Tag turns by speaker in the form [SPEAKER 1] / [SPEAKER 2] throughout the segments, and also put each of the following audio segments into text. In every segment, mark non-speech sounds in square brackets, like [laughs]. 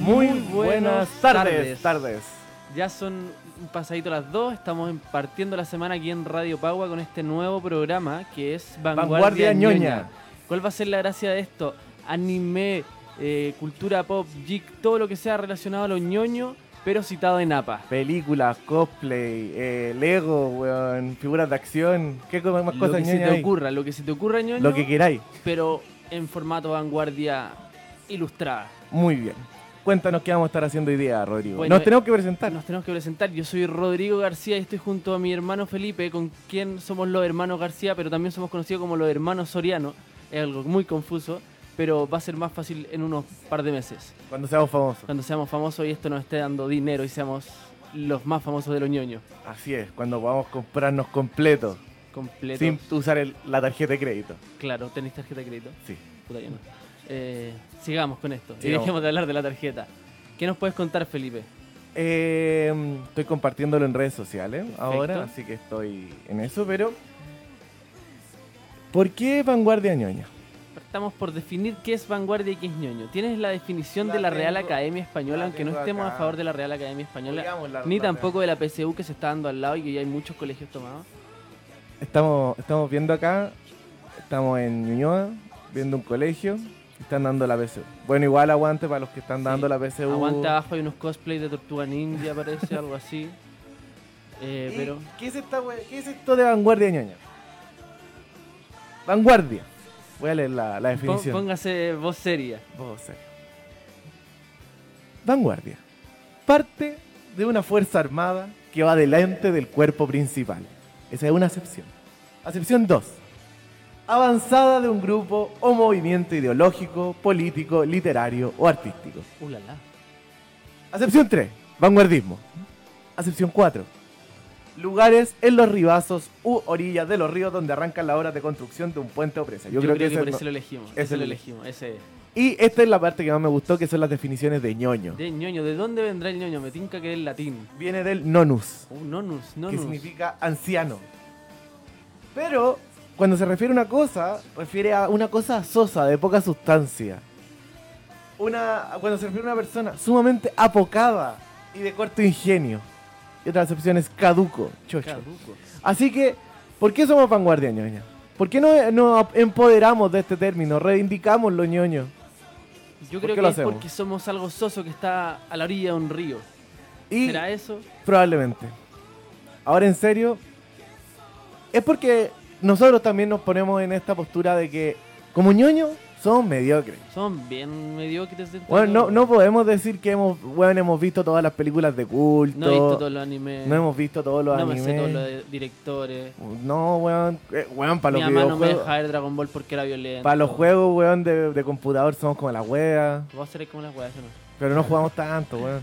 [SPEAKER 1] Muy buenas tardes.
[SPEAKER 2] tardes.
[SPEAKER 1] Ya son un pasadito las dos, estamos partiendo la semana aquí en Radio Pagua con este nuevo programa que es Vanguardia,
[SPEAKER 2] Vanguardia
[SPEAKER 1] Ñoña.
[SPEAKER 2] Ñoña.
[SPEAKER 1] ¿Cuál va a ser la gracia de esto? Anime, eh, cultura pop, geek, todo lo que sea relacionado a lo ñoño, pero citado en APA.
[SPEAKER 2] Películas, cosplay, eh, Lego, weón, figuras de acción. ¿Qué co- más
[SPEAKER 1] Lo
[SPEAKER 2] cosas
[SPEAKER 1] que se
[SPEAKER 2] ñoñas
[SPEAKER 1] te
[SPEAKER 2] hay?
[SPEAKER 1] ocurra, lo que se te ocurra ñoño,
[SPEAKER 2] Lo que queráis.
[SPEAKER 1] pero en formato vanguardia ilustrada.
[SPEAKER 2] Muy bien. Cuéntanos qué vamos a estar haciendo hoy día, Rodrigo.
[SPEAKER 1] Bueno, eh,
[SPEAKER 2] Nos tenemos que presentar.
[SPEAKER 1] Nos tenemos que presentar. Yo soy Rodrigo García y estoy junto a mi hermano Felipe, con quien somos los hermanos García, pero también somos conocidos como los hermanos Soriano. Es algo muy confuso, pero va a ser más fácil en unos par de meses.
[SPEAKER 2] Cuando seamos famosos.
[SPEAKER 1] Cuando seamos famosos y esto nos esté dando dinero y seamos los más famosos de los ñoños.
[SPEAKER 2] Así es, cuando podamos comprarnos completo.
[SPEAKER 1] Completo.
[SPEAKER 2] Sin usar el- la tarjeta de crédito.
[SPEAKER 1] Claro, tenéis tarjeta de crédito.
[SPEAKER 2] Sí.
[SPEAKER 1] Puta, yo no. Eh, sigamos con esto y
[SPEAKER 2] Sigamos.
[SPEAKER 1] dejemos de hablar de la tarjeta. ¿Qué nos puedes contar, Felipe?
[SPEAKER 2] Eh, estoy compartiéndolo en redes sociales
[SPEAKER 1] Perfecto.
[SPEAKER 2] ahora, así que estoy en eso, pero. ¿Por qué vanguardia ñoña?
[SPEAKER 1] Partamos por definir qué es vanguardia y qué es ñoño. ¿Tienes la definición
[SPEAKER 2] La
[SPEAKER 1] de la Real
[SPEAKER 2] tengo-
[SPEAKER 1] Academia Española,
[SPEAKER 2] la
[SPEAKER 1] aunque no
[SPEAKER 2] tengo
[SPEAKER 1] estemos
[SPEAKER 2] acá.
[SPEAKER 1] a favor de la Real Academia Española,
[SPEAKER 2] Digamos la-
[SPEAKER 1] ni
[SPEAKER 2] la-
[SPEAKER 1] tampoco de la PSU que se está dando al lado y que ya hay muchos colegios tomados?
[SPEAKER 2] Estamos, estamos viendo acá, estamos en Ñuñoa, viendo un colegio, están dando la PSU. Bueno, igual aguante para los que están dando la PSU.
[SPEAKER 1] Aguanta eh, abajo, hay unos cosplays de Tortuga Ninja, parece,
[SPEAKER 2] [laughs]
[SPEAKER 1] algo así. Eh,
[SPEAKER 2] ¿Y
[SPEAKER 1] pero
[SPEAKER 2] ¿Qué es, esta we- qué es esto de vanguardia ñoña? Vanguardia. Voy a leer la, la
[SPEAKER 1] pon-
[SPEAKER 2] definición.
[SPEAKER 1] póngase voz seria.
[SPEAKER 2] Vos, serio. Vanguardia. Parte de una fuerza armada que va delante del cuerpo principal. Esa es una acepción. Acepción 2. Avanzada de un grupo o movimiento ideológico, político, literario o artístico.
[SPEAKER 1] Uh, la, la.
[SPEAKER 2] Acepción 3. Vanguardismo. Acepción 4. Lugares en los ribazos u orillas de los ríos donde arrancan las obras de construcción de un puente o presa.
[SPEAKER 1] Yo, creo, que,
[SPEAKER 2] ese
[SPEAKER 1] por
[SPEAKER 2] no-
[SPEAKER 1] eso lo elegimos.
[SPEAKER 2] ese
[SPEAKER 1] Ese
[SPEAKER 2] lo
[SPEAKER 1] lo elegimos. Ese
[SPEAKER 2] Y esta es la parte que más me gustó, que son las definiciones de ñoño.
[SPEAKER 1] de ñoño. ¿De dónde vendrá el ñoño? Me tinca que es latín.
[SPEAKER 2] viene del nonus,
[SPEAKER 1] Uh, nonus,
[SPEAKER 2] que
[SPEAKER 1] nonus.
[SPEAKER 2] significa anciano. Pero cuando se refiere a una cosa, refiere a una cosa sosa, de poca sustancia. Una, cuando se refiere a una persona sumamente apocada y de corto ingenio. Y otra acepción es caduco, chocho.
[SPEAKER 1] Caduco.
[SPEAKER 2] Así que, ¿por qué somos vanguardia, ñoña? ¿Por qué no nos empoderamos de este término? Reivindicamos lo ñoño.
[SPEAKER 1] Yo
[SPEAKER 2] ¿Por
[SPEAKER 1] creo
[SPEAKER 2] qué
[SPEAKER 1] que
[SPEAKER 2] lo
[SPEAKER 1] es
[SPEAKER 2] hacemos?
[SPEAKER 1] porque somos algo soso que está a la orilla de un río.
[SPEAKER 2] Y
[SPEAKER 1] ¿Será eso?
[SPEAKER 2] Probablemente. Ahora en serio, es porque nosotros también nos ponemos en esta postura de que como ñoño somos mediocres.
[SPEAKER 1] Son bien mediocres dentro
[SPEAKER 2] Bueno,
[SPEAKER 1] de-
[SPEAKER 2] no, no podemos decir que hemos, bueno, hemos visto todas las películas de culto.
[SPEAKER 1] No he visto todos los animes.
[SPEAKER 2] no hemos visto todos los
[SPEAKER 1] no me
[SPEAKER 2] animes.
[SPEAKER 1] sé todos los de- directores.
[SPEAKER 2] No, weón, eh, weón, para
[SPEAKER 1] Mi
[SPEAKER 2] los
[SPEAKER 1] mamá no me
[SPEAKER 2] videojuegos.
[SPEAKER 1] deja ver Dragon Ball porque era violento.
[SPEAKER 2] para los juegos, weón, de, de computador somos como la wea.
[SPEAKER 1] Vos seré como las weas, yo no.
[SPEAKER 2] Pero no jugamos tanto, weón.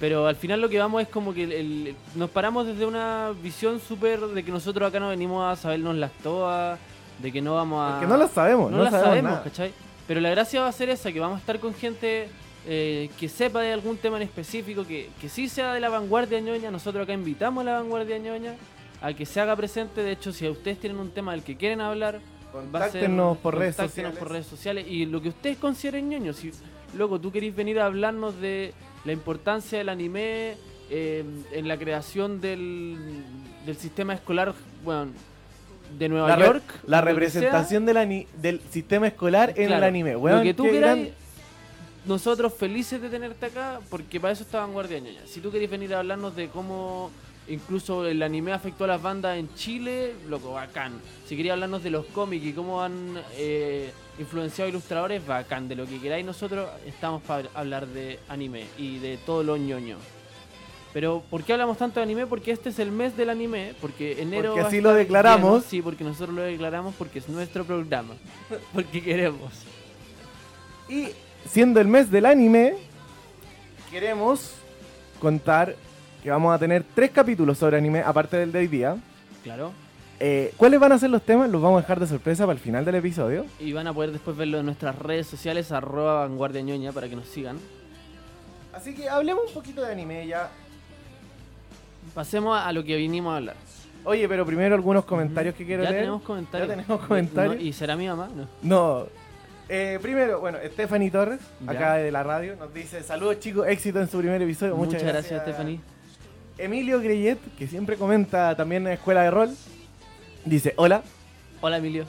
[SPEAKER 1] Pero al final lo que vamos es como que el- el- nos paramos desde una visión súper de que nosotros acá no venimos a sabernos las todas, de que no vamos a...
[SPEAKER 2] Que no lo sabemos,
[SPEAKER 1] Ah. no,
[SPEAKER 2] no,
[SPEAKER 1] la
[SPEAKER 2] sabemos,
[SPEAKER 1] sabemos,
[SPEAKER 2] nada.
[SPEAKER 1] ¿cachai? Pero la gracia va a ser esa, que vamos a estar con gente eh, que sepa de algún tema en específico, que, que sí sea de la vanguardia ñoña. Nosotros acá invitamos a la vanguardia ñoña a que se haga presente. De hecho, si ustedes tienen un tema del que quieren hablar, va a ser...
[SPEAKER 2] Contáctenos por redes
[SPEAKER 1] contáctenos
[SPEAKER 2] sociales.
[SPEAKER 1] por redes sociales. Y lo que ustedes consideren ñoño, si, loco, tú querés venir a hablarnos de la importancia del anime eh, en la creación del, del sistema escolar, bueno, de Nueva
[SPEAKER 2] la, re-
[SPEAKER 1] York.
[SPEAKER 2] la
[SPEAKER 1] lo que sea.
[SPEAKER 2] representación del, ani- del sistema escolar en
[SPEAKER 1] Claro,
[SPEAKER 2] el anime.
[SPEAKER 1] lo
[SPEAKER 2] Weón,
[SPEAKER 1] que tú
[SPEAKER 2] qué
[SPEAKER 1] quieras,
[SPEAKER 2] gran-
[SPEAKER 1] nosotros felices de tenerte acá, porque para eso está Vanguardia Ñoña. Si tú querés venir a hablarnos de cómo incluso el anime afectó a las bandas en Chile, loco, bacán. Si querías hablarnos de los cómics y cómo han eh, influenciado ilustradores, bacán. De lo que queráis, nosotros estamos para hablar de anime y de todo lo ñoño. Pero, ¿por qué hablamos tanto de anime? Porque este es el mes del anime, porque enero...
[SPEAKER 2] Porque
[SPEAKER 1] va a
[SPEAKER 2] así lo
[SPEAKER 1] estar
[SPEAKER 2] declaramos.
[SPEAKER 1] lleno, sí, porque nosotros lo declaramos porque es nuestro programa, [laughs] porque queremos.
[SPEAKER 2] Y siendo el mes del anime, queremos contar que vamos a tener tres capítulos sobre anime, aparte del de hoy día.
[SPEAKER 1] Claro.
[SPEAKER 2] Eh, ¿Cuáles van a ser los temas? Los vamos a dejar de sorpresa para el final del episodio.
[SPEAKER 1] Y van a poder después verlo en nuestras redes sociales, arroba vanguardia ñoña, para que nos sigan.
[SPEAKER 2] Así que hablemos un poquito de anime ya.
[SPEAKER 1] Pasemos a lo que vinimos a hablar.
[SPEAKER 2] Oye, pero primero algunos comentarios que quiero
[SPEAKER 1] ya
[SPEAKER 2] leer.
[SPEAKER 1] tenemos comentarios.
[SPEAKER 2] Ya tenemos comentarios.
[SPEAKER 1] ¿Y será mi mamá? No.
[SPEAKER 2] No, Eh, primero, bueno, Stephanie Torres,
[SPEAKER 1] Ya.
[SPEAKER 2] acá de la radio, nos dice, saludos chicos, éxito en su primer episodio.
[SPEAKER 1] Muchas gracias, Stephanie.
[SPEAKER 2] Emilio Greyet, que siempre comenta también en Escuela de Rol, dice, hola.
[SPEAKER 1] Hola, Emilio.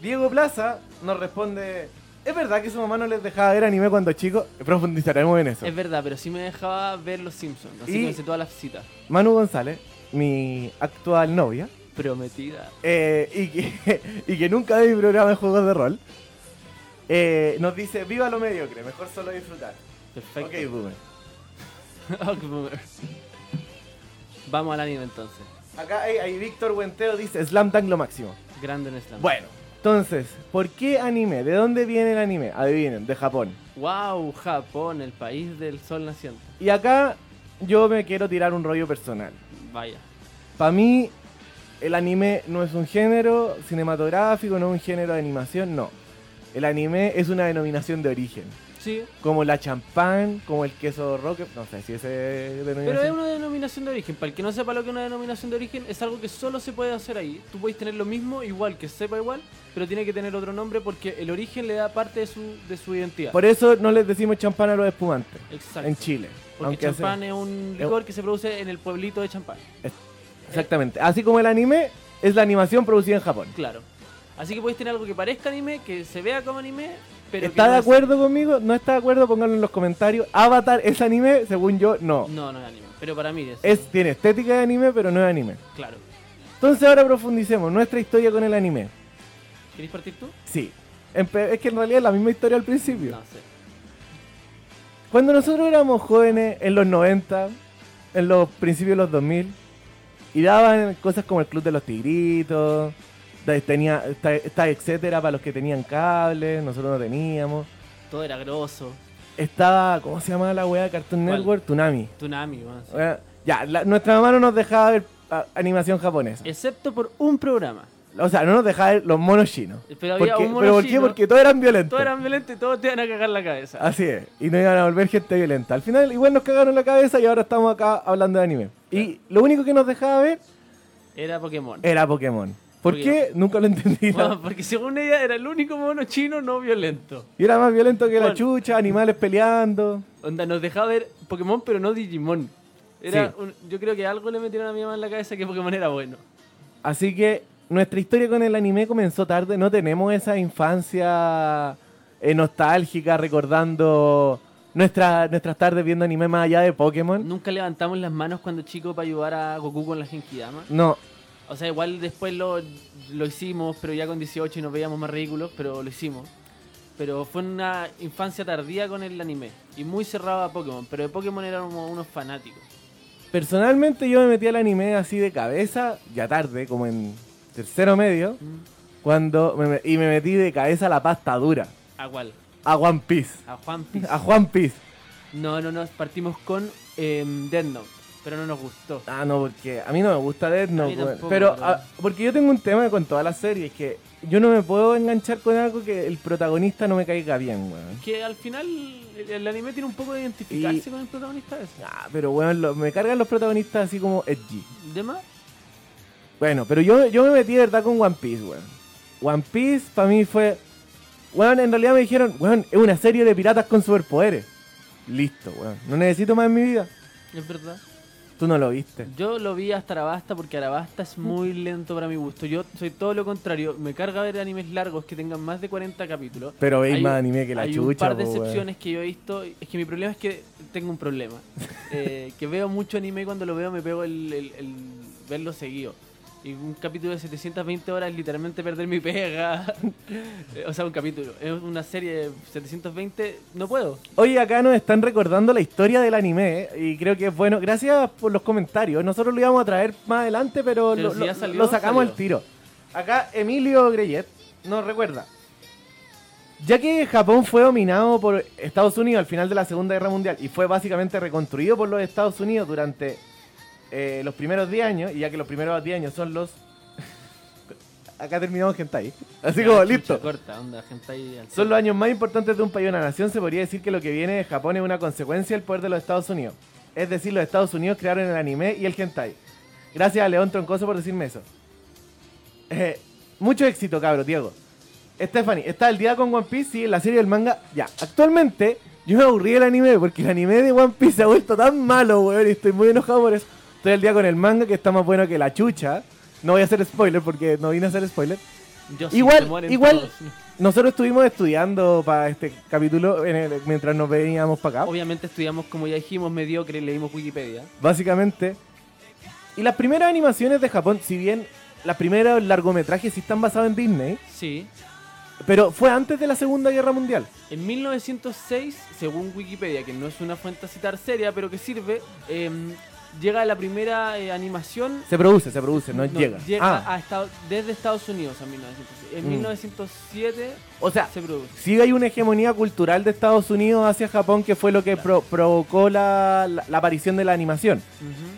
[SPEAKER 2] Diego Plaza nos responde, ¿es verdad que su mamá no les dejaba ver anime cuando chicos? Profundizaremos en eso.
[SPEAKER 1] Es verdad, pero sí me dejaba ver Los Simpsons, así
[SPEAKER 2] Y-
[SPEAKER 1] que me hice todas las citas.
[SPEAKER 2] Manu González, mi actual novia,
[SPEAKER 1] Prometida.
[SPEAKER 2] eh, y, que, [laughs] y que nunca vi programa de juegos de rol, eh, nos dice, viva lo mediocre, mejor solo disfrutar.
[SPEAKER 1] Perfecto.
[SPEAKER 2] Ok, boomer.
[SPEAKER 1] [laughs] Ok, boomer. Vamos al anime entonces.
[SPEAKER 2] Acá hay, hay Víctor Huenteo dice Slam Dunk lo máximo.
[SPEAKER 1] Grande en Slam.
[SPEAKER 2] Bueno, entonces, ¿por qué anime? ¿De dónde viene el anime? Adivinen, de Japón.
[SPEAKER 1] Wow, Japón, el país del sol naciente.
[SPEAKER 2] Y acá yo me quiero tirar un rollo personal.
[SPEAKER 1] Vaya.
[SPEAKER 2] Para mí, el anime no es un género cinematográfico, no es un género de animación, no. El anime es una denominación de origen.
[SPEAKER 1] Sí,
[SPEAKER 2] Como la champán, como el queso roque, no sé si ese es denominación.
[SPEAKER 1] pero es una denominación de origen. Para el que no sepa lo que es una denominación de origen, es algo que solo se puede hacer ahí. Tú puedes tener lo mismo, igual que sepa igual, pero tiene que tener otro nombre porque el origen le da parte de su, de su identidad.
[SPEAKER 2] Por eso no les decimos champán a los espumantes
[SPEAKER 1] Exacto.
[SPEAKER 2] en Chile.
[SPEAKER 1] porque
[SPEAKER 2] aunque eh, sea-
[SPEAKER 1] champán es un licor que se produce en el pueblito de champán.
[SPEAKER 2] Exactamente. Así como el anime es la animación producida en Japón.
[SPEAKER 1] Claro. Así que podéis tener algo que parezca anime, que se vea como anime, pero. que
[SPEAKER 2] ¿Está
[SPEAKER 1] no
[SPEAKER 2] de
[SPEAKER 1] es-
[SPEAKER 2] acuerdo conmigo? ¿No está de acuerdo? Pónganlo en los comentarios. ¿Avatar es anime? Según yo, no.
[SPEAKER 1] No, no es anime. Pero para mí es.
[SPEAKER 2] Es, tiene estética de anime, pero no es anime.
[SPEAKER 1] Claro.
[SPEAKER 2] Entonces ahora profundicemos nuestra historia con el anime.
[SPEAKER 1] ¿Queréis partir tú?
[SPEAKER 2] Sí. Empe- es que en realidad es la misma historia al principio.
[SPEAKER 1] No sé.
[SPEAKER 2] Cuando nosotros éramos jóvenes, en los 90, en los principios de los 2000, y daban cosas como el Club de los Tigritos, da- tenía, está, está etcétera para los que tenían cable, nosotros no teníamos.
[SPEAKER 1] Todo era grosso.
[SPEAKER 2] Estaba, ¿cómo se llamaba la weá de Cartoon
[SPEAKER 1] ¿Cuál?
[SPEAKER 2] Network? Tsunami.
[SPEAKER 1] Tsunami, weón, sí.
[SPEAKER 2] Weá, Ya, la- nuestra mamá no nos dejaba ver ah, animación japonesa.
[SPEAKER 1] Excepto por un programa.
[SPEAKER 2] O sea, no nos dejaba ver los monos chinos.
[SPEAKER 1] Pero había
[SPEAKER 2] Porque-
[SPEAKER 1] un mono
[SPEAKER 2] ¿Pero por qué?
[SPEAKER 1] chino,
[SPEAKER 2] Porque todos eran violentos.
[SPEAKER 1] Todos eran violentos y todos te iban a cagar la cabeza.
[SPEAKER 2] Así es, y no iban a volver gente violenta. Al final, igual nos cagaron la cabeza y ahora estamos acá hablando de anime. Y lo único que nos dejaba ver
[SPEAKER 1] Era Pokémon.
[SPEAKER 2] era Pokémon. ¿Por
[SPEAKER 1] Porque-
[SPEAKER 2] qué? Nunca lo entendí.
[SPEAKER 1] Bueno, porque según ella era el único mono chino no violento.
[SPEAKER 2] Y era más violento que la
[SPEAKER 1] Bueno.
[SPEAKER 2] chucha, animales peleando.
[SPEAKER 1] Onda, nos dejaba ver Pokémon pero no Digimon. Era
[SPEAKER 2] Sí.
[SPEAKER 1] un- yo creo que algo le metieron a mi mamá en la cabeza que Pokémon era bueno.
[SPEAKER 2] Así que nuestra historia con el anime comenzó tarde. No tenemos esa infancia eh, nostálgica recordando nuestra- nuestras tardes viendo anime más allá de Pokémon.
[SPEAKER 1] Nunca levantamos las manos cuando chico para ayudar a Goku con la Genkidama.
[SPEAKER 2] No,
[SPEAKER 1] O sea, igual después lo, lo hicimos, pero ya con 18 y nos veíamos más ridículos, pero lo hicimos. Pero fue una infancia tardía con el anime y muy cerrada a Pokémon. Pero de Pokémon éramos unos fanáticos.
[SPEAKER 2] personalmente yo me metí al anime así de cabeza, ya tarde, como en tercero medio.
[SPEAKER 1] Mm.
[SPEAKER 2] Cuando me me- y me metí de cabeza a la pasta dura.
[SPEAKER 1] ¿A cuál?
[SPEAKER 2] A One Piece.
[SPEAKER 1] A Juan Piece.
[SPEAKER 2] A One Piece.
[SPEAKER 1] No, no, no, partimos con eh, Death Note, pero no nos gustó.
[SPEAKER 2] Ah, no, porque a mí no me gusta Death Note,
[SPEAKER 1] mí
[SPEAKER 2] weón.
[SPEAKER 1] tampoco,
[SPEAKER 2] pero,
[SPEAKER 1] pero-
[SPEAKER 2] ah, porque yo tengo un tema con todas las series que yo no me puedo enganchar con algo que el protagonista no me caiga bien, weón.
[SPEAKER 1] Que al final el, el anime tiene un poco de identificarse
[SPEAKER 2] Y-
[SPEAKER 1] con el protagonista. ese.
[SPEAKER 2] Ah, pero weón, lo- me cargan los protagonistas así como edgy.
[SPEAKER 1] ¿De más?
[SPEAKER 2] Bueno, pero yo, yo me metí de verdad con One Piece, weón. One Piece para mí fue. Weón, en realidad me dijeron, weón, es una serie de piratas con superpoderes. Listo, weón. No necesito más en mi vida.
[SPEAKER 1] Es verdad.
[SPEAKER 2] Tú no lo viste.
[SPEAKER 1] Yo lo vi hasta Arabasta porque Arabasta es muy lento para mi gusto. Yo soy todo lo contrario. Me carga ver animes largos que tengan más de 40 capítulos.
[SPEAKER 2] Pero veis
[SPEAKER 1] Hay
[SPEAKER 2] más
[SPEAKER 1] un-
[SPEAKER 2] anime que la
[SPEAKER 1] Hay
[SPEAKER 2] chucha.
[SPEAKER 1] un par de
[SPEAKER 2] po, weón.
[SPEAKER 1] excepciones que yo he visto. Es que mi problema es que tengo un problema.
[SPEAKER 2] [laughs]
[SPEAKER 1] Eh, que veo mucho anime y cuando lo veo me pego el, el- el verlo seguido. Y un capítulo de 720 horas es literalmente perder mi pega. [laughs] Eh, o sea, un capítulo. Es una serie de 720. No puedo.
[SPEAKER 2] Oye, acá nos están recordando la historia del anime eh, y creo que es bueno. Gracias por los comentarios. Nosotros lo íbamos a traer más adelante, pero,
[SPEAKER 1] Pero
[SPEAKER 2] lo,
[SPEAKER 1] si
[SPEAKER 2] lo-
[SPEAKER 1] ya salió,
[SPEAKER 2] lo sacamos
[SPEAKER 1] salió.
[SPEAKER 2] al tiro. Acá Emilio Greyet nos recuerda. Ya que Japón fue dominado por Estados Unidos al final de la Segunda Guerra Mundial y fue básicamente reconstruido por los Estados Unidos durante eh, los primeros 10 años, y ya que los primeros 10 años son los... [laughs] acá terminamos Gentai. Así como,
[SPEAKER 1] Ah,
[SPEAKER 2] listo.
[SPEAKER 1] chucha, Corta, onda, gente ahí al
[SPEAKER 2] Son los años más importantes de un país o una nación. Se podría decir que lo que viene de Japón es una consecuencia del poder de los Estados Unidos. Es decir, los Estados Unidos crearon el anime y el hentai. Gracias a León Troncoso por decirme eso. Eh, mucho éxito, cabro, Diego. Stephanie, ¿estás al día con One Piece? Sí, la serie del manga. Ya, actualmente yo me aburrí del anime porque el anime de One Piece se ha vuelto tan malo, weón, y estoy muy enojado por eso. Estoy al día con el manga que está más bueno que la chucha. No voy a hacer spoiler porque no vine a hacer spoiler.
[SPEAKER 1] Yo
[SPEAKER 2] Igual-
[SPEAKER 1] te mueren
[SPEAKER 2] igual-
[SPEAKER 1] todos.
[SPEAKER 2] Nosotros estuvimos estudiando para este capítulo en el- mientras nos veníamos para acá,
[SPEAKER 1] Obviamente estudiamos, como ya dijimos, mediocre, leímos Wikipedia.
[SPEAKER 2] básicamente. Y las primeras animaciones de Japón, si bien las primeras largometrajes sí están basados en Disney,
[SPEAKER 1] Sí.
[SPEAKER 2] pero fue antes de la Segunda Guerra Mundial.
[SPEAKER 1] En 1906, según Wikipedia, que no es una fuente a citar seria, pero que sirve, em, llega la primera eh, animación.
[SPEAKER 2] Se produce, se produce, no,
[SPEAKER 1] no,
[SPEAKER 2] llega. Ah,
[SPEAKER 1] a Estado- desde Estados Unidos a 1906. En
[SPEAKER 2] Mm.
[SPEAKER 1] 1907
[SPEAKER 2] o sea,
[SPEAKER 1] se produce.
[SPEAKER 2] sí hay una hegemonía cultural de Estados Unidos hacia Japón que fue lo que pro- provocó la- la- la aparición de la animación.
[SPEAKER 1] Ujú.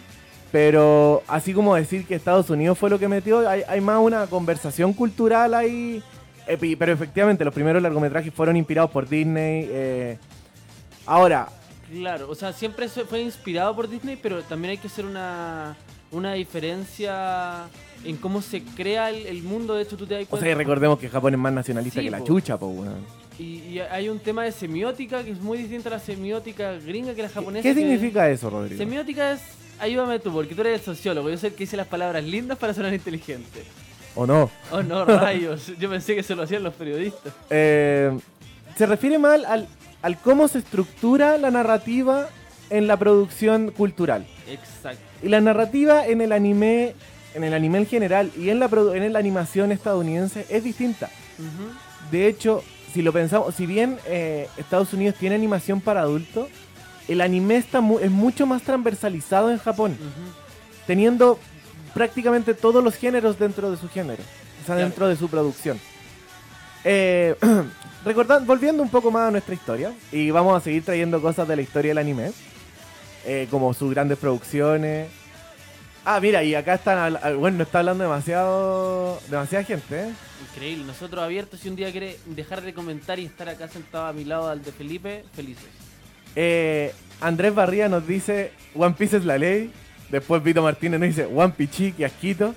[SPEAKER 2] Pero así como decir que Estados Unidos fue lo que metió, hay, hay más una conversación cultural ahí. Eh, pi- Pero efectivamente, los primeros largometrajes fueron inspirados por Disney. eh. Ahora,
[SPEAKER 1] Claro, o sea, siempre se- fue inspirado por Disney, pero también hay que hacer una, una diferencia en cómo se crea el, el mundo. De hecho, tú te das
[SPEAKER 2] o
[SPEAKER 1] cuenta.
[SPEAKER 2] sea, y recordemos que Japón es más nacionalista
[SPEAKER 1] Sí,
[SPEAKER 2] que la
[SPEAKER 1] po.
[SPEAKER 2] chucha, po, weón.
[SPEAKER 1] Y, y hay un tema de semiótica que es muy distinta a la semiótica gringa que la japonesa.
[SPEAKER 2] ¿Qué
[SPEAKER 1] que-
[SPEAKER 2] significa eso, Rodrigo?
[SPEAKER 1] Semiótica es. Ayúdame tú, porque tú eres el sociólogo. Yo sé que hice las palabras lindas para sonar inteligente.
[SPEAKER 2] ¿O no?
[SPEAKER 1] Oh [laughs] no, rayos. Yo pensé que se lo hacían los periodistas.
[SPEAKER 2] Eh, se refiere mal al, al cómo se estructura la narrativa en la producción cultural.
[SPEAKER 1] Exacto.
[SPEAKER 2] Y la narrativa en el anime, en el anime en general y en la, produ- en la animación estadounidense es distinta.
[SPEAKER 1] Ujú.
[SPEAKER 2] De hecho, si lo pensamos, si bien eh, Estados Unidos tiene animación para adultos, el anime está mu- es mucho más transversalizado en Japón,
[SPEAKER 1] Ujú.
[SPEAKER 2] teniendo prácticamente todos los géneros dentro de su género, o sea,
[SPEAKER 1] Claro.
[SPEAKER 2] dentro de su producción. Eh, [clears throat] recordan- volviendo un poco más a nuestra historia, y vamos a seguir trayendo cosas de la historia del anime, eh, como sus grandes producciones. Ah, mira, y acá están, habla- ah, bueno, está hablando demasiado, demasiada gente, ¿eh?
[SPEAKER 1] Increíble. Nosotros abiertos, si un día quiere dejar de comentar y estar acá sentado a mi lado al de Felipe, felices.
[SPEAKER 2] Eh, Andrés Barría nos dice One Piece es la ley. Después Vito Martínez nos dice One Pichi, que asquito.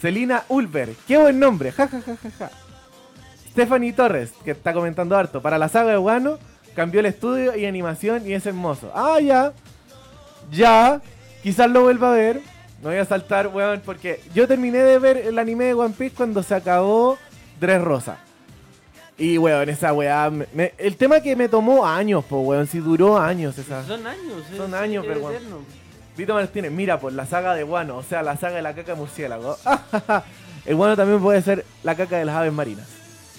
[SPEAKER 2] Celina Ulver, qué buen nombre, ja ja ja ja ja. Stephanie Torres, que está comentando harto, para la saga de Wano, cambió el estudio y animación y es hermoso. Ah, ya, ya, quizás lo vuelva a ver. No voy a saltar, weón, porque yo terminé de ver el anime de One Piece cuando se acabó Dress Rosa. Y, weón, esa weá. me- me- el tema que me tomó años, po, weón, si duró años esa.
[SPEAKER 1] Ah. Son años. es-
[SPEAKER 2] Son años,
[SPEAKER 1] es
[SPEAKER 2] pero bueno.
[SPEAKER 1] eterno.
[SPEAKER 2] Vito Martínez, mira, por la saga de Guano, o sea, la saga de la caca de murciélago. [laughs] el Guano también puede ser la caca de las aves marinas.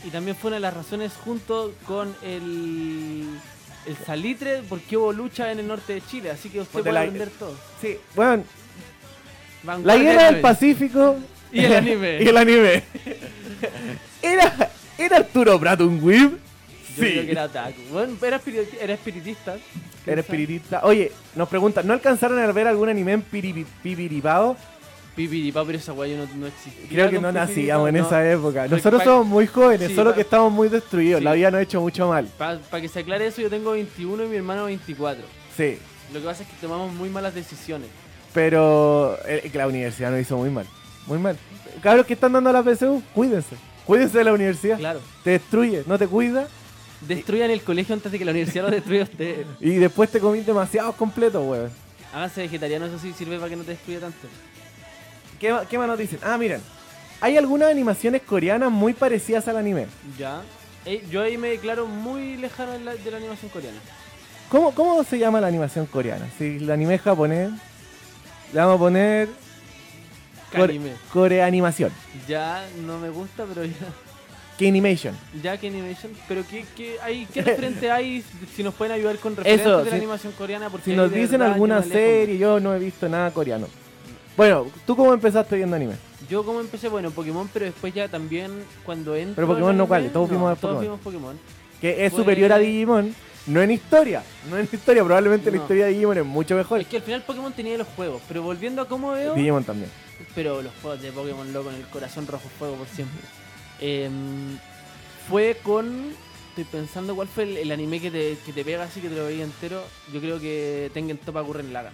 [SPEAKER 1] Y también fue una de las razones junto con el, el salitre porque hubo lucha en el norte de eh, Chile. Así que usted
[SPEAKER 2] Pues de
[SPEAKER 1] puede
[SPEAKER 2] la-
[SPEAKER 1] aprender todo.
[SPEAKER 2] Sí, weón, la
[SPEAKER 1] Vanguardia
[SPEAKER 2] guerra del
[SPEAKER 1] Rebel.
[SPEAKER 2] Pacífico.
[SPEAKER 1] Y el [laughs] anime.
[SPEAKER 2] y el anime. ¿Era, ¿Era Arturo Prat un whip?
[SPEAKER 1] Yo creo que era otaku. Bueno, era, espiri- era espiritista.
[SPEAKER 2] Era espiritista. Oye, nos preguntan, ¿no alcanzaron a ver algún anime en Piribi- Pibiribao?
[SPEAKER 1] Pipiripá, pero esa weá yo no, no existía.
[SPEAKER 2] Creo que
[SPEAKER 1] con
[SPEAKER 2] no
[SPEAKER 1] pipiripá,
[SPEAKER 2] nacíamos en
[SPEAKER 1] no.
[SPEAKER 2] esa época.
[SPEAKER 1] Porque
[SPEAKER 2] Nosotros
[SPEAKER 1] pa-
[SPEAKER 2] somos muy jóvenes,
[SPEAKER 1] Sí,
[SPEAKER 2] solo
[SPEAKER 1] pa-
[SPEAKER 2] que estamos muy destruidos.
[SPEAKER 1] Sí.
[SPEAKER 2] La vida nos ha hecho mucho mal.
[SPEAKER 1] Para que se aclare eso, yo tengo 21 y mi hermano 24.
[SPEAKER 2] Sí,
[SPEAKER 1] Lo que pasa es que tomamos muy malas decisiones.
[SPEAKER 2] pero eh, que la universidad nos hizo muy mal. Muy mal. Cabros que están dando a la PSU, cuídense. Cuídense de la universidad.
[SPEAKER 1] Claro.
[SPEAKER 2] Te destruye, no te cuida
[SPEAKER 1] Destruyan el colegio antes de que la universidad lo destruya a ustedes. [laughs]
[SPEAKER 2] y después te comís demasiados completos, weón.
[SPEAKER 1] Háganse vegetariano, eso sí sirve para que no te destruya tanto.
[SPEAKER 2] ¿Qué, ma- ¿Qué más nos dicen? Ah, miren. Hay algunas animaciones coreanas muy parecidas al anime.
[SPEAKER 1] Ya. Eh, yo ahí me declaro muy lejano de la, de la animación coreana.
[SPEAKER 2] ¿Cómo, ¿Cómo se llama la animación coreana? Si el anime es japonés, le vamos a poner core,
[SPEAKER 1] Kanime.
[SPEAKER 2] coreanimación.
[SPEAKER 1] Ya no me gusta, pero ya.
[SPEAKER 2] K-Animation.
[SPEAKER 1] Ya que animation. Pero ¿qué, qué,
[SPEAKER 2] [laughs]
[SPEAKER 1] hay, ¿qué referente hay? Si nos pueden ayudar con referentes
[SPEAKER 2] Eso,
[SPEAKER 1] de la
[SPEAKER 2] si-
[SPEAKER 1] animación coreana. Porque
[SPEAKER 2] Si
[SPEAKER 1] ahí
[SPEAKER 2] nos
[SPEAKER 1] de
[SPEAKER 2] dicen
[SPEAKER 1] verdad yo
[SPEAKER 2] alguna
[SPEAKER 1] me alejo.
[SPEAKER 2] serie, yo no he visto nada coreano. Bueno, ¿tú cómo empezaste viendo anime?
[SPEAKER 1] Yo como empecé, bueno, Pokémon, pero después ya también cuando entro...
[SPEAKER 2] Pero Pokémon
[SPEAKER 1] al
[SPEAKER 2] no
[SPEAKER 1] anime-
[SPEAKER 2] vale, todos vimos a
[SPEAKER 1] todos
[SPEAKER 2] Pokémon.
[SPEAKER 1] vimos Pokémon.
[SPEAKER 2] Que es
[SPEAKER 1] Pues-
[SPEAKER 2] superior a Digimon, no en historia, no en historia, probablemente la
[SPEAKER 1] No.
[SPEAKER 2] historia de Digimon es mucho mejor.
[SPEAKER 1] Es que al final Pokémon tenía los juegos, pero volviendo a cómo veo...
[SPEAKER 2] Digimon también.
[SPEAKER 1] Pero los juegos de Pokémon loco en el corazón rojo fuego por siempre. Eh, fue con... Estoy pensando cuál fue el, el anime que te, que te pega así que te lo veía entero. Yo creo que Tengen Topa Gurren Lagann.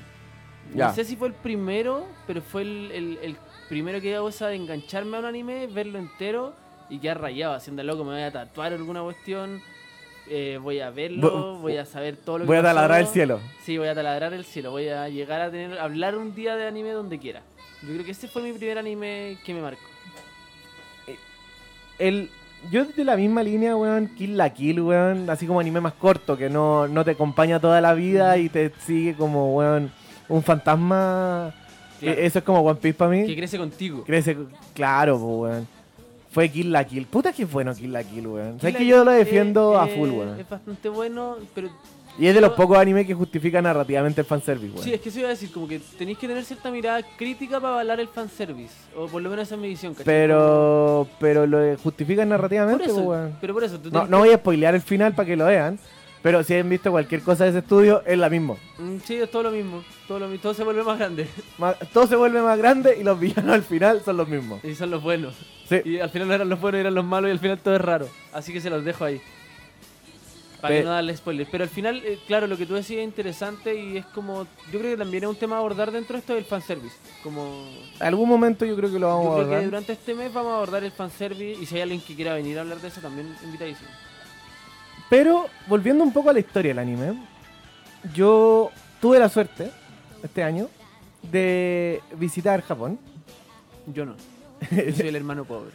[SPEAKER 2] Ya.
[SPEAKER 1] No sé si fue el primero, pero fue el, el- el primero que hago esa de engancharme a un anime, verlo entero y quedar rayado, haciendo loco, me voy a tatuar alguna cuestión, eh, voy a verlo,
[SPEAKER 2] Vo-
[SPEAKER 1] voy a saber todo lo que
[SPEAKER 2] Voy a
[SPEAKER 1] pasó.
[SPEAKER 2] taladrar el cielo.
[SPEAKER 1] Sí, voy a taladrar el cielo, voy a llegar a tener, hablar un día de anime donde quiera. Yo creo que ese fue mi primer anime que me marcó.
[SPEAKER 2] El, yo de la misma línea, weón, Kill la Kill, weón, así como anime más corto, que no, no te acompaña toda la vida y te sigue como, weón, un fantasma.
[SPEAKER 1] Claro.
[SPEAKER 2] Eh, Eso es como One Piece para mí.
[SPEAKER 1] Que crece contigo.
[SPEAKER 2] Crece, claro, po, weón. Fue Kill la Kill. Puta que es bueno Kill la Kill, eh, weón.
[SPEAKER 1] Kill
[SPEAKER 2] Sabes
[SPEAKER 1] la
[SPEAKER 2] que yo lo
[SPEAKER 1] Kill
[SPEAKER 2] defiendo
[SPEAKER 1] es-
[SPEAKER 2] a full,
[SPEAKER 1] es-
[SPEAKER 2] weón.
[SPEAKER 1] Es bastante bueno, pero
[SPEAKER 2] Y es de los
[SPEAKER 1] yo-
[SPEAKER 2] pocos animes que justifica narrativamente el fanservice, weón.
[SPEAKER 1] sí, es que se iba a decir, como que tenéis que tener cierta mirada crítica para avalar el fanservice. O por lo menos esa es mi visión, ¿cachai?
[SPEAKER 2] pero, pero lo justifican
[SPEAKER 1] Como- Por
[SPEAKER 2] narrativamente, po,
[SPEAKER 1] eso,
[SPEAKER 2] weón.
[SPEAKER 1] pero por eso, tú
[SPEAKER 2] No,
[SPEAKER 1] tenés
[SPEAKER 2] no voy a spoilear el final para que lo vean. Pero si han visto cualquier cosa de ese estudio, es la misma.
[SPEAKER 1] que- Mm, Sí, es todo lo mismo. Todo, lo, mi- todo se vuelve más grande.
[SPEAKER 2] Ma- Todo se vuelve más grande y los villanos [laughs] al final son los mismos.
[SPEAKER 1] Y son los buenos.
[SPEAKER 2] Sí.
[SPEAKER 1] Y al final no eran los buenos, eran los malos y al final todo es raro. Así que se los dejo ahí. Para
[SPEAKER 2] Pe-
[SPEAKER 1] que no darle spoilers. Pero al final, eh, claro, lo que tú decías es interesante y es como. Yo creo que también es un tema a abordar dentro de esto del fanservice. Como.
[SPEAKER 2] Algún momento yo creo que lo vamos
[SPEAKER 1] Yo
[SPEAKER 2] a
[SPEAKER 1] creo que
[SPEAKER 2] abordar.
[SPEAKER 1] durante este mes vamos a abordar el fanservice y si hay alguien que quiera venir a hablar de eso, también invitadísimo.
[SPEAKER 2] Pero volviendo un poco a la historia del anime, yo tuve la suerte este año de visitar Japón.
[SPEAKER 1] Yo no. Yo soy el
[SPEAKER 2] [laughs]
[SPEAKER 1] hermano pobre.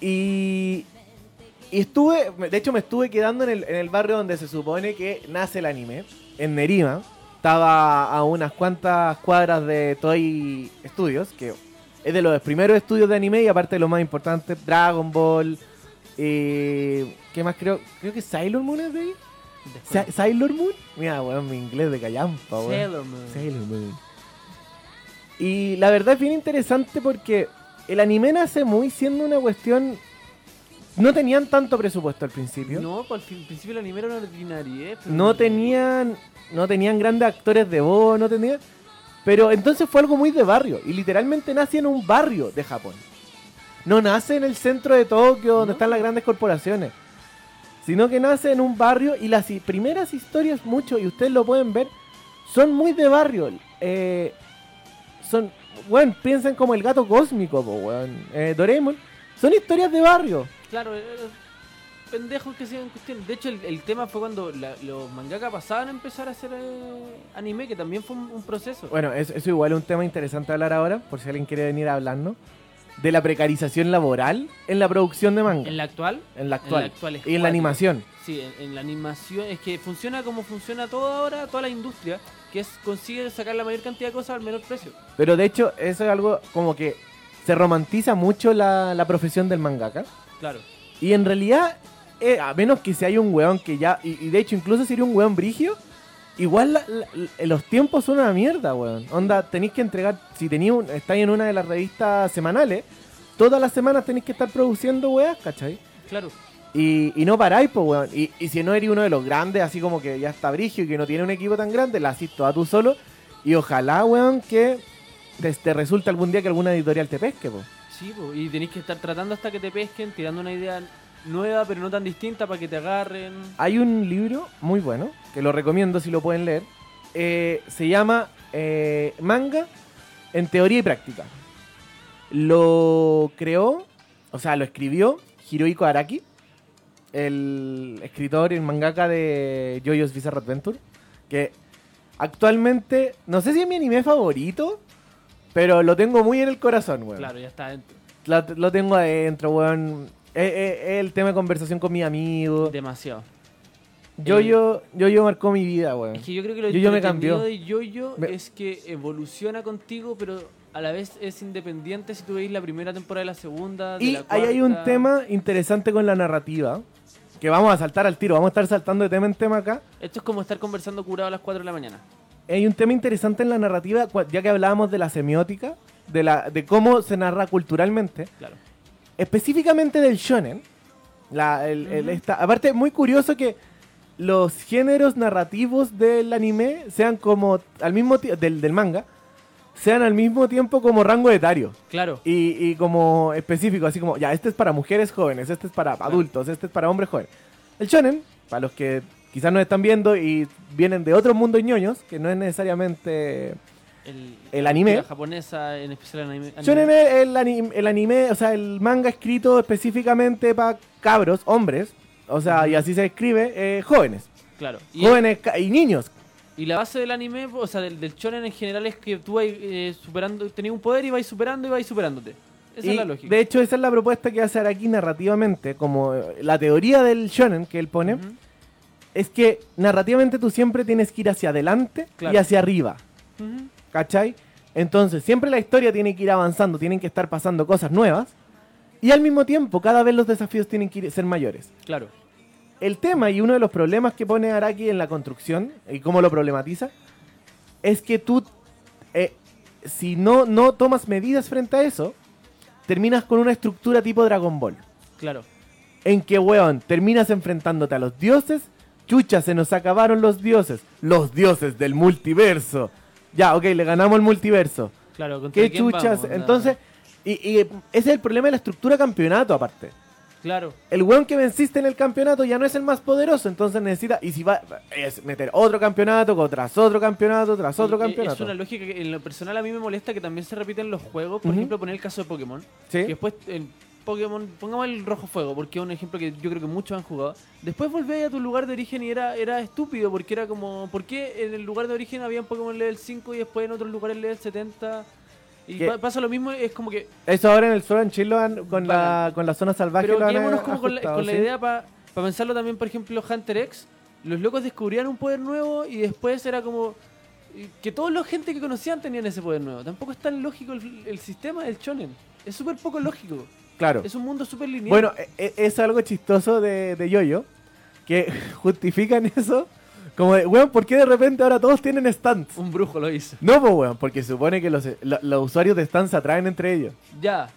[SPEAKER 2] Y, y estuve, de hecho me estuve quedando en el, en el barrio donde se supone que nace el anime, en Nerima. Estaba a unas cuantas cuadras de Toei Studios, que es de los primeros estudios de anime y aparte de lo más importante, Dragon Ball. eh, ¿Qué más creo? Creo que Sailor Moon es de ahí. Sa-
[SPEAKER 1] Después.
[SPEAKER 2] ¿Sailor Moon? Mira, weón, mi inglés de callampa, weón.
[SPEAKER 1] Sailor Moon.
[SPEAKER 2] Sailor Moon. Y la verdad es bien interesante porque el anime nace muy siendo una cuestión. No tenían tanto presupuesto al principio. No,
[SPEAKER 1] No, por el fin- principio el anime era una ordinariedad. pero-
[SPEAKER 2] tenían. No tenían grandes actores de voz, no tenían. Pero entonces fue algo muy de barrio. Y literalmente nace en un barrio de Japón. No nace en el centro de Tokio, donde
[SPEAKER 1] No.
[SPEAKER 2] están las grandes corporaciones. Sino que nace en un barrio y las hi- primeras historias, mucho, y ustedes lo pueden ver, son muy de barrio. Eh, son, weón, piensen como el gato cósmico, po, weón. Eh, Doraemon. Son historias de barrio.
[SPEAKER 1] Claro, eh, eh, pendejos que se en cuestión. De hecho, el, el tema fue cuando la- los mangaka pasaban a empezar a hacer eh, anime, que también fue un, un proceso.
[SPEAKER 2] Bueno, es- eso, igual es un tema interesante hablar ahora, por si alguien quiere venir hablando. De la precarización laboral en la producción de manga.
[SPEAKER 1] En la actual,
[SPEAKER 2] En la actual.
[SPEAKER 1] en la actual
[SPEAKER 2] y
[SPEAKER 1] es
[SPEAKER 2] en
[SPEAKER 1] cuático.
[SPEAKER 2] la animación.
[SPEAKER 1] sí, en, en la animación, es que funciona como funciona toda ahora, toda la industria, que es consigue sacar la mayor cantidad de cosas al menor precio.
[SPEAKER 2] Pero de hecho, eso es algo como que se romantiza mucho la, la profesión del mangaka.
[SPEAKER 1] Claro.
[SPEAKER 2] Y en realidad, eh, a menos que sea un weón que ya. Y, y de hecho, incluso sería un weón brigio. Igual la- la- la- los tiempos son una mierda, weón. Onda, tenéis que entregar. Si tenéis un, estáis en una de las revistas semanales, todas las semanas tenéis que estar produciendo weas, ¿cachai?
[SPEAKER 1] Claro.
[SPEAKER 2] Y, y no paráis, pues, weón. Y, y si no eres uno de los grandes, así como que ya está brigio y que no tiene un equipo tan grande, la haces toda tú solo. Y ojalá, weón, que te, te resulte algún día que alguna editorial te pesque, pues.
[SPEAKER 1] Sí, po, y tenéis que estar tratando hasta que te pesquen, tirando una idea nueva, pero no tan distinta para que te agarren.
[SPEAKER 2] Hay un libro muy bueno, que lo recomiendo si lo pueden leer. eh, se llama eh, Manga en teoría y práctica. Lo creó, o sea, lo escribió Hirohiko Araki, el escritor y el mangaka de JoJo's Bizarre Adventure, que actualmente, no sé si es mi anime favorito, pero lo tengo muy en el corazón, weón.
[SPEAKER 1] Claro, ya está adentro.
[SPEAKER 2] Lo, lo tengo adentro, weón. Es el tema de conversación con mi amigo.
[SPEAKER 1] Demasiado.
[SPEAKER 2] Yo, yo, yo, yo marcó mi vida, weón.
[SPEAKER 1] Es que yo creo que lo
[SPEAKER 2] Yo-Yo me
[SPEAKER 1] entretenido
[SPEAKER 2] cambió.
[SPEAKER 1] de Yoyo
[SPEAKER 2] Me-
[SPEAKER 1] es que evoluciona contigo, pero a la vez es independiente si tú veis la primera temporada y la segunda. de
[SPEAKER 2] Y
[SPEAKER 1] la
[SPEAKER 2] ahí hay un
[SPEAKER 1] cuarta.
[SPEAKER 2] tema interesante con la narrativa. Que vamos a saltar al tiro, vamos a estar saltando de tema en tema acá.
[SPEAKER 1] Esto es como estar conversando curado a las 4 de la mañana.
[SPEAKER 2] Hay un tema interesante en la narrativa, cua- ya que hablábamos de la semiótica, de, la, de cómo se narra culturalmente,
[SPEAKER 1] Claro.
[SPEAKER 2] específicamente del shonen. La, el- el- esta- aparte, es muy curioso que los géneros narrativos del anime sean como, al mismo ti- del, del manga, sean al mismo tiempo como rango etario.
[SPEAKER 1] Claro.
[SPEAKER 2] Y, y como específico, así como, ya, este es para mujeres jóvenes, este es para adultos, este es para hombres jóvenes. El shonen, para los que quizás nos están viendo y vienen de otro mundo ñoños, que no es necesariamente
[SPEAKER 1] el,
[SPEAKER 2] El anime.
[SPEAKER 1] La japonesa, en especial el anime.
[SPEAKER 2] Shonen
[SPEAKER 1] anime.
[SPEAKER 2] es el, ani- el anime, o sea, el manga escrito específicamente para cabros, hombres, o sea, y así se escribe, eh, jóvenes.
[SPEAKER 1] Claro. Y,
[SPEAKER 2] Jóvenes ca- y niños.
[SPEAKER 1] y la base del anime, o sea, del, del shonen en general es que tú vas eh, superando, tenías un poder y vais superando y vais superándote. Esa
[SPEAKER 2] Y,
[SPEAKER 1] es la lógica.
[SPEAKER 2] De hecho, esa es la propuesta que hace Araki narrativamente, como eh, la teoría del shonen que él pone,
[SPEAKER 1] Ujú.
[SPEAKER 2] es que narrativamente tú siempre tienes que ir hacia adelante
[SPEAKER 1] Claro.
[SPEAKER 2] y hacia arriba,
[SPEAKER 1] Ujú.
[SPEAKER 2] ¿cachai? Entonces, siempre la historia tiene que ir avanzando, tienen que estar pasando cosas nuevas, y al mismo tiempo, cada vez los desafíos tienen que ir- ser mayores.
[SPEAKER 1] Claro.
[SPEAKER 2] El tema y uno de los problemas que pone Araki en la construcción y cómo lo problematiza es que tú, eh, si no, no tomas medidas frente a eso, terminas con una estructura tipo Dragon Ball.
[SPEAKER 1] Claro.
[SPEAKER 2] En que, weón, terminas enfrentándote a los dioses, chucha, se nos acabaron los dioses, los dioses del multiverso. Ya, ok, le ganamos el multiverso.
[SPEAKER 1] Claro. ¿contra
[SPEAKER 2] ¿Qué
[SPEAKER 1] quién vamos?
[SPEAKER 2] chuchas?
[SPEAKER 1] Onda.
[SPEAKER 2] Entonces, y, y ese es el problema de la estructura campeonato aparte
[SPEAKER 1] Claro.
[SPEAKER 2] el weón que venciste en el campeonato ya no es el más poderoso, entonces necesita, y si va, es meter otro campeonato, co- tras otro campeonato, tras otro
[SPEAKER 1] Y- y- Es
[SPEAKER 2] campeonato.
[SPEAKER 1] una lógica que en lo personal a mí me molesta que también se repiten los juegos. Por
[SPEAKER 2] Ujú.
[SPEAKER 1] ejemplo, poner el caso de Pokémon.
[SPEAKER 2] ¿Sí?
[SPEAKER 1] Que después el Pokémon, pongamos el rojo fuego, porque es un ejemplo que yo creo que muchos han jugado. Después volvéis a tu lugar de origen y era, era estúpido, porque era como, ¿por qué en el lugar de origen había un Pokémon level 5 y después en otros lugares level 70? Y
[SPEAKER 2] Que-
[SPEAKER 1] pa- pasa lo mismo, es como que...
[SPEAKER 2] Eso ahora en el sur en Chile han- con la, con la zona salvaje
[SPEAKER 1] Pero
[SPEAKER 2] lo han
[SPEAKER 1] quedémonos como con la,
[SPEAKER 2] ajustado,
[SPEAKER 1] con la
[SPEAKER 2] ¿sí?
[SPEAKER 1] idea para pensarlo también, por ejemplo, Hunter X. Los locos descubrían un poder nuevo y después era como... y Que toda la gente que conocían tenían ese poder nuevo. Tampoco es tan lógico el, el sistema del shonen. Es súper poco lógico.
[SPEAKER 2] Claro.
[SPEAKER 1] Es un mundo súper lineal.
[SPEAKER 2] Bueno, e- e- es algo chistoso de, de Yoyo, que [laughs] justifican eso como de, weón, ¿por qué de repente ahora todos tienen stands?
[SPEAKER 1] Un brujo lo hizo.
[SPEAKER 2] No, pues weón, porque supone que los, lo- los usuarios de stands se atraen entre ellos.
[SPEAKER 1] Ya.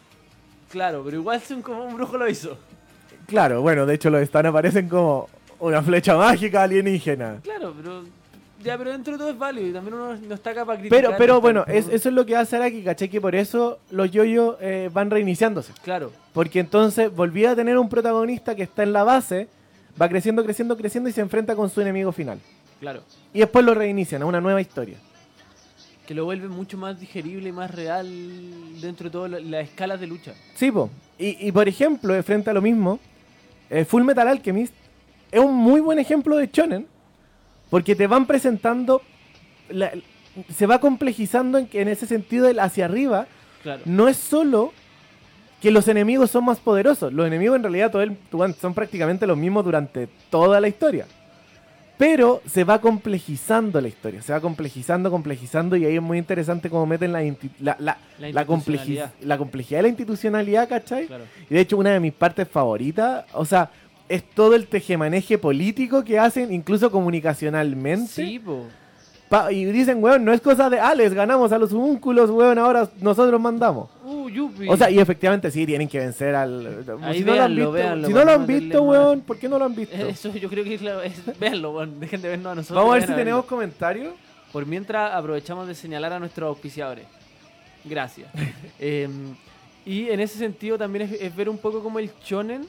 [SPEAKER 1] Claro, pero igual si un, como un brujo lo hizo.
[SPEAKER 2] Claro, bueno, de hecho los stands aparecen como una flecha mágica alienígena.
[SPEAKER 1] Claro, pero. Ya, pero dentro de todo es válido y también uno no está acá para criticar.
[SPEAKER 2] Pero, pero
[SPEAKER 1] está-
[SPEAKER 2] bueno, es- eso es lo que hace Araki, ¿cachai? Que por eso los yoyos eh, van reiniciándose.
[SPEAKER 1] Claro,
[SPEAKER 2] Porque entonces volvía a tener un protagonista que está en la base, va creciendo, creciendo, creciendo y se enfrenta con su enemigo final.
[SPEAKER 1] claro.
[SPEAKER 2] Y después lo reinician a una nueva historia.
[SPEAKER 1] Que lo vuelve mucho más digerible y más real dentro de todas la- las escalas de lucha.
[SPEAKER 2] Sí, po. Y, y por ejemplo, eh, frente a lo mismo, eh, Full Metal Alchemist es un muy buen ejemplo de shonen, porque te van presentando, la- se va complejizando en, que- en ese sentido el hacia arriba,
[SPEAKER 1] Claro.
[SPEAKER 2] no es solo que los enemigos son más poderosos. Los enemigos en realidad todo el- tuan- son prácticamente los mismos durante toda la historia. Pero se va complejizando la historia, se va complejizando, complejizando y ahí es muy interesante cómo meten la, inti- la, la-
[SPEAKER 1] La
[SPEAKER 2] la complejis-
[SPEAKER 1] institucionalidad.
[SPEAKER 2] la complejidad de la institucionalidad, ¿cachai?
[SPEAKER 1] Claro.
[SPEAKER 2] Y de hecho una de mis partes favoritas, o sea, es todo el tejemaneje político que hacen, incluso comunicacionalmente.
[SPEAKER 1] Sí, po.
[SPEAKER 2] Pa- y dicen, weón, no es cosa de, ah, les ganamos a los homúnculos, weón, ahora nosotros mandamos.
[SPEAKER 1] Uh, yupi.
[SPEAKER 2] O sea, y efectivamente sí, tienen que vencer al...
[SPEAKER 1] Ahí
[SPEAKER 2] si no lo han
[SPEAKER 1] véanlo,
[SPEAKER 2] visto,
[SPEAKER 1] véanlo,
[SPEAKER 2] si no lo
[SPEAKER 1] para
[SPEAKER 2] han
[SPEAKER 1] meterle
[SPEAKER 2] visto
[SPEAKER 1] más.
[SPEAKER 2] weón, ¿por qué no lo han visto?
[SPEAKER 1] [laughs] Eso yo creo que es, la, es verlo, weón. Dejen de vernos a nosotros.
[SPEAKER 2] Vamos a ver
[SPEAKER 1] vayan
[SPEAKER 2] si
[SPEAKER 1] verlo.
[SPEAKER 2] tenemos comentarios.
[SPEAKER 1] Por mientras aprovechamos de señalar a nuestros auspiciadores. Gracias. Eh, y en ese sentido también es, es ver un poco cómo el shonen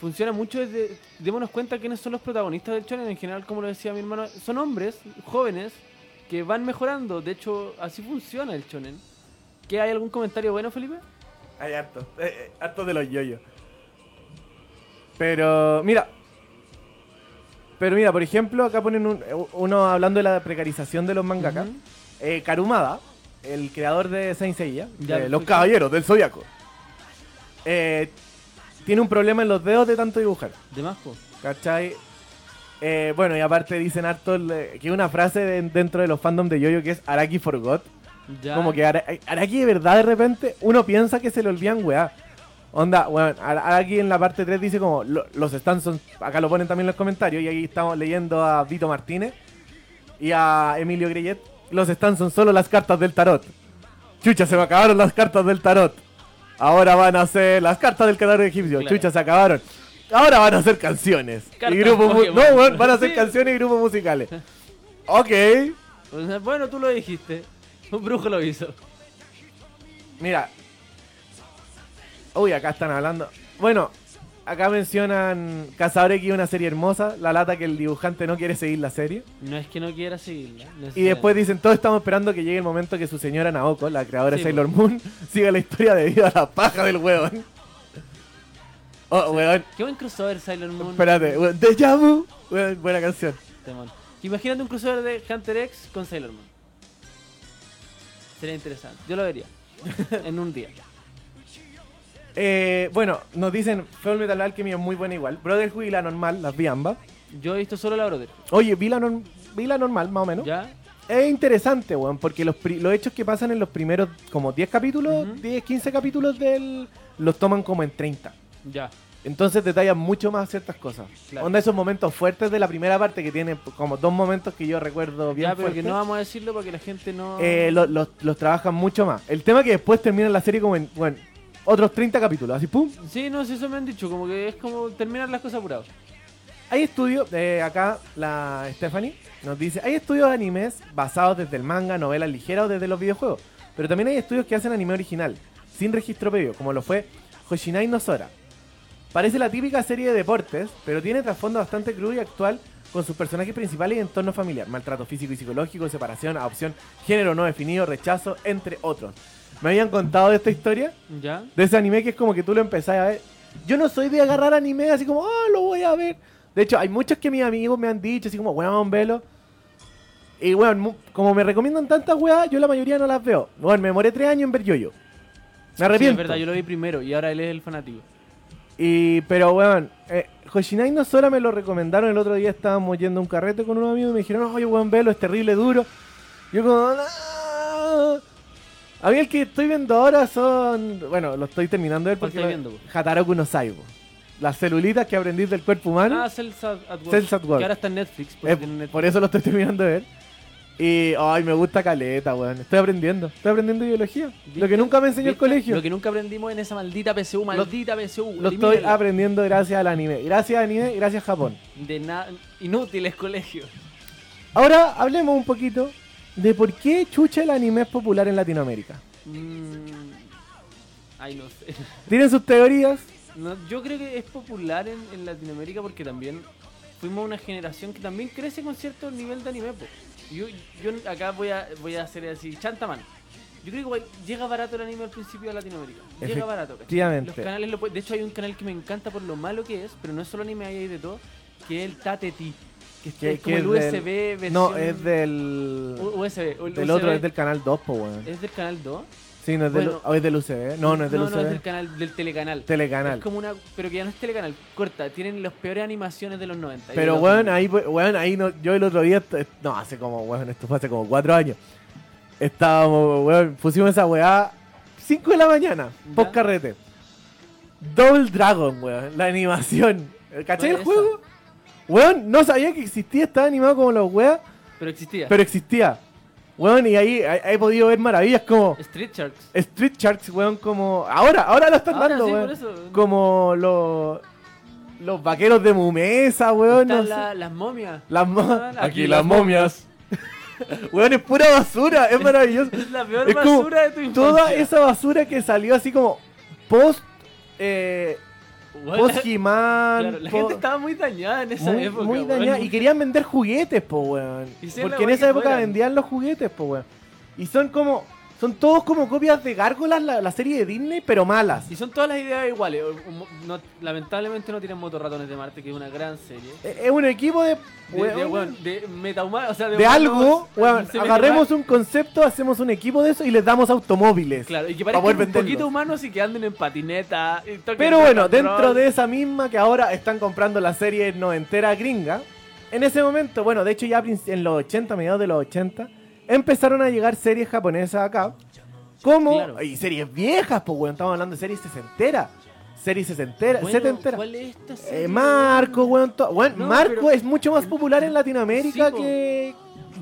[SPEAKER 1] funciona mucho desde... Démonos cuenta quiénes son los protagonistas del shonen. En general, como lo decía mi hermano, son hombres jóvenes que van mejorando. De hecho, así funciona el shonen. ¿Qué hay algún comentario bueno, Felipe?
[SPEAKER 2] Hay hartos, hartos eh, de los yoyos. Pero, mira. Pero mira, por ejemplo, acá ponen un- eh, uno hablando de la precarización de los mangaka.
[SPEAKER 1] Ujú.
[SPEAKER 2] Eh, Karumada, el creador de Saint Seiya,
[SPEAKER 1] Ya,
[SPEAKER 2] de
[SPEAKER 1] perfecto.
[SPEAKER 2] Los Caballeros del Zodiaco, eh, tiene un problema en los dedos de tanto dibujar.
[SPEAKER 1] De más, po.
[SPEAKER 2] ¿Cachai? Eh, bueno, y aparte dicen harto le- que una frase de- dentro de los fandom de Yoyo que es Araki Forgot.
[SPEAKER 1] Ya.
[SPEAKER 2] Como que Ara- Araki de verdad de repente uno piensa que se le olvidan, weá. Onda, weón, Ara- Araki en la parte 3 dice como "Lo- los stands son. Acá lo ponen también en los comentarios y ahí estamos leyendo a Vito Martínez y a Emilio Greyet. Los stands son solo las cartas del tarot. Chucha, se me acabaron las cartas del tarot. Ahora van a ser las cartas del cadáver egipcio.
[SPEAKER 1] Claro.
[SPEAKER 2] Chucha, se acabaron. Ahora van a ser canciones.
[SPEAKER 1] Cartas
[SPEAKER 2] y grupos mu-
[SPEAKER 1] Pokémon.
[SPEAKER 2] No, weón, van a ser
[SPEAKER 1] Sí.
[SPEAKER 2] canciones y grupos musicales. Ok.
[SPEAKER 1] O sea, Bueno, tú lo dijiste. [laughs] Un brujo lo hizo.
[SPEAKER 2] Mira. Uy, acá están hablando. Bueno, acá mencionan Cazador X, una serie hermosa. La lata que el dibujante no quiere seguir la serie.
[SPEAKER 1] No es que no quiera seguirla. no es
[SPEAKER 2] Y
[SPEAKER 1] que-
[SPEAKER 2] después dicen, todos estamos esperando que llegue el momento que su señora Naoko, la creadora
[SPEAKER 1] Sí,
[SPEAKER 2] de Sailor Moon, [laughs] siga la historia debido a la paja del huevón. Oh, huevón.
[SPEAKER 1] Qué buen crossover Sailor Moon.
[SPEAKER 2] Espérate, huevón. Deja vu. Huevón, buena canción.
[SPEAKER 1] Temón. Imagínate Este un crossover de Hunter X con Sailor Moon. Sería interesante. Yo lo vería. [laughs] en un día.
[SPEAKER 2] Eh, bueno, nos dicen, Full Metal Alchemy es muy buena igual. Brotherhood y la normal, las vi ambas.
[SPEAKER 1] Yo he visto solo la brother.
[SPEAKER 2] Oye, vi la, norm- vi la normal, más o menos.
[SPEAKER 1] ¿Ya?
[SPEAKER 2] Es interesante, weón, porque los, pri- los hechos que pasan en los primeros como 10 capítulos,
[SPEAKER 1] Ujú.
[SPEAKER 2] 10, 15 capítulos del... los toman como en 30.
[SPEAKER 1] Ya.
[SPEAKER 2] Entonces detallan mucho más ciertas cosas.
[SPEAKER 1] Claro.
[SPEAKER 2] Onda esos momentos fuertes de la primera parte que tiene como dos momentos que yo recuerdo bien
[SPEAKER 1] ya, pero que
[SPEAKER 2] fuertes,
[SPEAKER 1] no vamos a decirlo porque la gente no.
[SPEAKER 2] eh, lo- los, los trabajan mucho más. El tema que después termina la serie como en, bueno, otros 30 capítulos, así pum.
[SPEAKER 1] Sí, no, sí, eso me han dicho. Como que es como terminar las cosas apurado.
[SPEAKER 2] Hay estudios, eh, acá la Stephanie nos dice, hay estudios de animes basados desde el manga, novelas ligeras o desde los videojuegos, pero también hay estudios que hacen anime original, sin registro previo, como lo fue Hoshinai no Sora. Parece la típica serie de deportes, pero tiene trasfondo bastante crudo y actual con sus personajes principales y entorno familiar, maltrato físico y psicológico, separación, adopción, género no definido, rechazo, entre otros. ¿Me habían contado de esta historia?
[SPEAKER 1] ¿Ya?
[SPEAKER 2] De ese anime que es como que tú lo empezás a ver. Yo no soy de agarrar anime así como, ah, lo voy a ver. De hecho, hay muchos que mis amigos me han dicho así como, weón, velo. Y weón, mu- como me recomiendan tantas weas, yo la mayoría no las veo. Weón, me demoré tres años en ver yo-yo. Me
[SPEAKER 1] Sí, es
[SPEAKER 2] arrepiento.
[SPEAKER 1] verdad, yo lo vi primero y ahora él es el fanático.
[SPEAKER 2] Y, pero weón, eh, Hoshinai no solo me lo recomendaron el otro día, estábamos yendo a un carrete con unos amigos y me dijeron, oye weón, velo, es terrible duro. Yo como, "No". A mí el que estoy viendo ahora son, bueno, lo estoy terminando de ver
[SPEAKER 1] ¿Cuál
[SPEAKER 2] porque
[SPEAKER 1] estáis
[SPEAKER 2] lo-
[SPEAKER 1] viendo,
[SPEAKER 2] Hataroku no Saibo. Las celulitas que aprendí del cuerpo humano.
[SPEAKER 1] Ah, Cells at, at Work.
[SPEAKER 2] Cells at Work.
[SPEAKER 1] Que ahora está en Netflix. porque
[SPEAKER 2] eh,
[SPEAKER 1] tiene Netflix.
[SPEAKER 2] por eso lo estoy terminando de ver. Y, ay, me gusta caleta, weón. Estoy aprendiendo. Estoy aprendiendo biología. Lo que nunca me enseñó el
[SPEAKER 1] ¿Viste?
[SPEAKER 2] colegio.
[SPEAKER 1] Lo que nunca aprendimos en esa maldita PSU, maldita PSU.
[SPEAKER 2] Lo estoy
[SPEAKER 1] elimínala.
[SPEAKER 2] aprendiendo gracias al anime. Gracias anime, gracias Japón.
[SPEAKER 1] De nada. Inútiles colegios.
[SPEAKER 2] Ahora hablemos un poquito de por qué chucha el anime es popular en Latinoamérica.
[SPEAKER 1] Mm, Ay, no sé. [laughs]
[SPEAKER 2] Tienen sus teorías.
[SPEAKER 1] No, yo creo que es popular en, en Latinoamérica porque también fuimos una generación que también crece con cierto nivel de anime. po. Yo, yo acá voy a, voy a hacer así, chantaman. Yo creo que igual llega barato el anime al principio a Latinoamérica. Llega barato. ¿cachai?
[SPEAKER 2] Efectivamente.
[SPEAKER 1] Los canales lo pu- De hecho hay un canal que me encanta por lo malo que es, pero no es solo anime, ahí hay de todo, que es el Tateti. Que
[SPEAKER 2] Que-
[SPEAKER 1] es
[SPEAKER 2] que
[SPEAKER 1] como el
[SPEAKER 2] es
[SPEAKER 1] USB
[SPEAKER 2] del-
[SPEAKER 1] versión...
[SPEAKER 2] No, es del.
[SPEAKER 1] U- USB. o el
[SPEAKER 2] Del
[SPEAKER 1] USB
[SPEAKER 2] otro, es del canal 2, po, weón.
[SPEAKER 1] ¿Es del canal 2?
[SPEAKER 2] Sí, no es del,
[SPEAKER 1] bueno.
[SPEAKER 2] o es del UCB. No, no es del
[SPEAKER 1] no,
[SPEAKER 2] UCB.
[SPEAKER 1] no, es del canal, del telecanal.
[SPEAKER 2] Telecanal.
[SPEAKER 1] Es como una. Pero que ya no es telecanal, corta. Tienen las peores animaciones de los 90. y de
[SPEAKER 2] Pero,
[SPEAKER 1] los
[SPEAKER 2] weón,
[SPEAKER 1] 2000.
[SPEAKER 2] ahí, weón, ahí no, yo el otro día, est- no, hace como, weón, esto fue hace como cuatro años. Estábamos, weón, pusimos esa weá 5 de la mañana,
[SPEAKER 1] Ya.
[SPEAKER 2] post carrete. Double Dragon, weón, la animación. ¿Cachai
[SPEAKER 1] ¿Cuál
[SPEAKER 2] el
[SPEAKER 1] es
[SPEAKER 2] juego? Weón, no sabía que existía, estaba animado como los weas,
[SPEAKER 1] Pero existía.
[SPEAKER 2] pero existía. Weón, y ahí, ahí- ahí he podido ver maravillas como
[SPEAKER 1] Street Sharks.
[SPEAKER 2] Street Sharks, weón, como. Ahora, ahora lo están
[SPEAKER 1] Ahora
[SPEAKER 2] dando,
[SPEAKER 1] sí, por
[SPEAKER 2] weón.
[SPEAKER 1] eso.
[SPEAKER 2] Como los. Los vaqueros de Mumesa, weón.
[SPEAKER 1] Están
[SPEAKER 2] no sé.
[SPEAKER 1] la- las momias.
[SPEAKER 2] Las mo-
[SPEAKER 1] Ah, la-
[SPEAKER 2] Aquí las momias. [laughs] Weón, es pura basura, es
[SPEAKER 1] [laughs]
[SPEAKER 2] maravilloso.
[SPEAKER 1] Es la peor
[SPEAKER 2] Es como
[SPEAKER 1] basura de tu infancia.
[SPEAKER 2] Toda esa basura que salió así como post. Eh,
[SPEAKER 1] [laughs] Weón,
[SPEAKER 2] post
[SPEAKER 1] la-
[SPEAKER 2] He-Man.
[SPEAKER 1] claro, la
[SPEAKER 2] po-
[SPEAKER 1] gente estaba muy dañada en esa
[SPEAKER 2] muy,
[SPEAKER 1] época.
[SPEAKER 2] muy
[SPEAKER 1] weón.
[SPEAKER 2] dañada. Y querían vender juguetes, po, weón.
[SPEAKER 1] Hicieron la
[SPEAKER 2] Porque en
[SPEAKER 1] weá
[SPEAKER 2] esa
[SPEAKER 1] que
[SPEAKER 2] época
[SPEAKER 1] fueran.
[SPEAKER 2] vendían los juguetes, po, weón. Y son como. Son todos como copias de Gárgolas, la, la serie de Disney, pero malas.
[SPEAKER 1] Y son todas las ideas iguales. O- o mo- no- lamentablemente no tienen Motorratones de Marte, que es una gran serie.
[SPEAKER 2] E-, Es es un equipo de.
[SPEAKER 1] De,
[SPEAKER 2] weón,
[SPEAKER 1] de, weón, de metahumano, o sea, de
[SPEAKER 2] de
[SPEAKER 1] humanos,
[SPEAKER 2] algo, weón,
[SPEAKER 1] se
[SPEAKER 2] agarremos un concepto, hacemos un equipo de eso y les damos automóviles.
[SPEAKER 1] Claro, y que
[SPEAKER 2] para
[SPEAKER 1] parezcan
[SPEAKER 2] poder
[SPEAKER 1] un poquito
[SPEAKER 2] venderlos.
[SPEAKER 1] humanos y que anden en patineta. y toquen
[SPEAKER 2] Pero bueno,
[SPEAKER 1] rock and
[SPEAKER 2] dentro
[SPEAKER 1] roll.
[SPEAKER 2] de esa misma que ahora están comprando la serie noventera gringa, en ese momento, bueno, de hecho ya a princi- en los 80, mediados de los 80, empezaron a llegar series japonesas acá. Como,
[SPEAKER 1] Claro.
[SPEAKER 2] y series viejas, pues weón, estamos hablando de series sesentera, series sesentera,
[SPEAKER 1] Bueno,
[SPEAKER 2] setentera.
[SPEAKER 1] ¿Cuál es esta
[SPEAKER 2] Eh,
[SPEAKER 1] serie?
[SPEAKER 2] Marco, weón, to- weón,
[SPEAKER 1] No,
[SPEAKER 2] Marco
[SPEAKER 1] pero-
[SPEAKER 2] es mucho más popular en Latinoamérica
[SPEAKER 1] Sí, po.
[SPEAKER 2] que...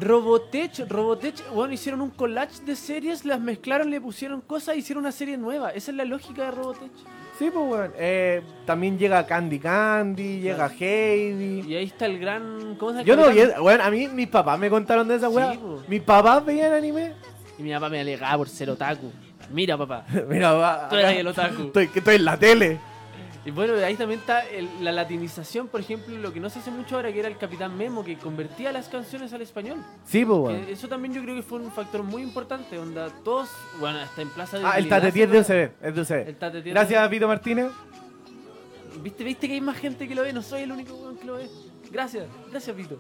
[SPEAKER 1] Robotech, Robotech, bueno, hicieron un collage de series, las mezclaron, le pusieron cosas, hicieron una serie nueva. Esa es la lógica de Robotech.
[SPEAKER 2] Sí, pues weón. Eh, también llega Candy Candy, llega
[SPEAKER 1] Claro.
[SPEAKER 2] Heidi.
[SPEAKER 1] Y ahí está el gran. ¿Cómo se llama?
[SPEAKER 2] Yo no vi,
[SPEAKER 1] Capitán-
[SPEAKER 2] esa- weón, a mí mis papás me contaron de esa
[SPEAKER 1] Sí,
[SPEAKER 2] weá.
[SPEAKER 1] po.
[SPEAKER 2] Mis papás veían anime. [laughs]
[SPEAKER 1] Y mi papá me alegaba por ser otaku. Mira, papá,
[SPEAKER 2] Mira, va.
[SPEAKER 1] tú
[SPEAKER 2] acá-
[SPEAKER 1] eres el otaku.
[SPEAKER 2] Estoy, que estoy en la tele.
[SPEAKER 1] Y bueno, ahí también está el- la latinización, por ejemplo, lo que no se hace mucho ahora, que era el Capitán Memo, que convertía las canciones al español.
[SPEAKER 2] Sí, pues,
[SPEAKER 1] Que eso también yo creo que fue un factor muy importante, onda, todos, bueno, hasta en Plaza de
[SPEAKER 2] Ah, el
[SPEAKER 1] Dignidad,
[SPEAKER 2] Tate 10 de
[SPEAKER 1] ¿sí?
[SPEAKER 2] UCB. Es de
[SPEAKER 1] El
[SPEAKER 2] UCB.
[SPEAKER 1] Tate Tier-
[SPEAKER 2] Gracias, Vito Martínez.
[SPEAKER 1] ¿Viste, ¿Viste que hay más gente que lo ve? No soy el único weón que lo ve. Gracias, gracias, Vito.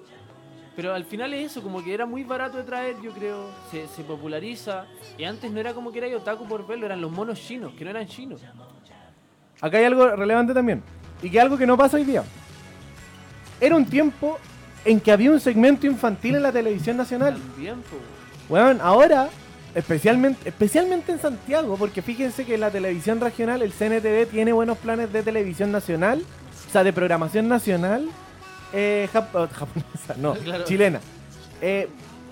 [SPEAKER 1] Pero al final es eso, como que era muy barato de traer, yo creo. Se, se populariza. Y antes no era como que era otaku por pelo, eran los monos chinos, que no eran chinos.
[SPEAKER 2] Acá hay algo relevante también. Y que algo que no pasa hoy día. Era un tiempo en que había un segmento infantil en la televisión nacional.
[SPEAKER 1] También, po, weón.
[SPEAKER 2] Bueno, ahora, especialmente, especialmente en Santiago, porque fíjense que la televisión regional, el CNTV, tiene buenos planes de televisión nacional, o sea, de programación nacional, eh, jap- oh, [laughs] japonesa, no,
[SPEAKER 1] [laughs] Claro.
[SPEAKER 2] chilena, eh,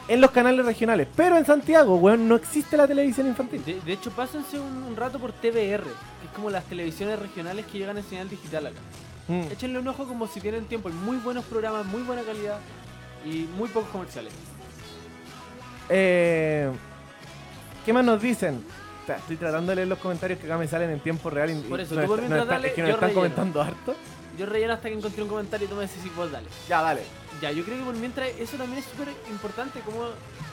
[SPEAKER 2] en los canales regionales. Pero en Santiago, weón, no existe la televisión infantil.
[SPEAKER 1] De, de hecho, pásense un, un rato por TVR, que es como las televisiones regionales que llegan en señal digital acá.
[SPEAKER 2] Mm.
[SPEAKER 1] Échenle un ojo como si tienen tiempo. Hay muy buenos programas, muy buena calidad y muy pocos comerciales.
[SPEAKER 2] Eh, ¿Qué más nos dicen? Ta- Estoy tratando de leer los comentarios que acá me salen en tiempo real. y- y
[SPEAKER 1] Por eso,
[SPEAKER 2] nos
[SPEAKER 1] tú por
[SPEAKER 2] está-
[SPEAKER 1] mientras
[SPEAKER 2] nos está-
[SPEAKER 1] dale,
[SPEAKER 2] es que nos
[SPEAKER 1] yo
[SPEAKER 2] están
[SPEAKER 1] relleno.
[SPEAKER 2] comentando harto.
[SPEAKER 1] Yo relleno hasta que encontré un comentario y tú me decís, sí, vos dale.
[SPEAKER 2] Ya, dale.
[SPEAKER 1] Ya, yo creo que por mientras eso también es súper importante, como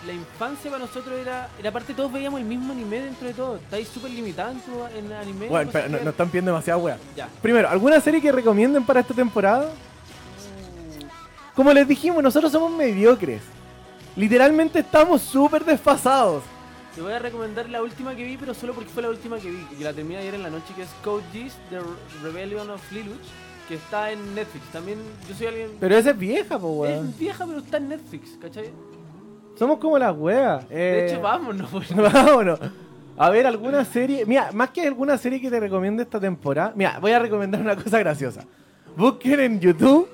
[SPEAKER 1] la infancia para nosotros era... era aparte todos veíamos el mismo anime dentro de todo, estáis súper limitados en, tu- en anime.
[SPEAKER 2] Bueno,
[SPEAKER 1] cosas
[SPEAKER 2] pero
[SPEAKER 1] que
[SPEAKER 2] no,
[SPEAKER 1] ver.
[SPEAKER 2] no están pidiendo demasiada wea.
[SPEAKER 1] Ya.
[SPEAKER 2] Primero, ¿alguna serie que recomienden para esta temporada? Como les dijimos, nosotros somos mediocres. Literalmente estamos súper desfasados.
[SPEAKER 1] Te voy a recomendar la última que vi, pero solo porque fue la última que vi, que la terminé ayer en la noche, que es Code Geass, The Rebellion of Lelouch, que está en Netflix. También yo soy alguien...
[SPEAKER 2] Pero esa es vieja, po, weón.
[SPEAKER 1] Es vieja, pero está en Netflix, ¿cachai?
[SPEAKER 2] Somos como las weas.
[SPEAKER 1] De
[SPEAKER 2] Eh,
[SPEAKER 1] hecho, vámonos.
[SPEAKER 2] [laughs]
[SPEAKER 1] pues.
[SPEAKER 2] Vámonos. A ver, alguna serie. Mira, más que alguna serie que te recomiende esta temporada. Mira, voy a recomendar una cosa graciosa. Busquen en YouTube.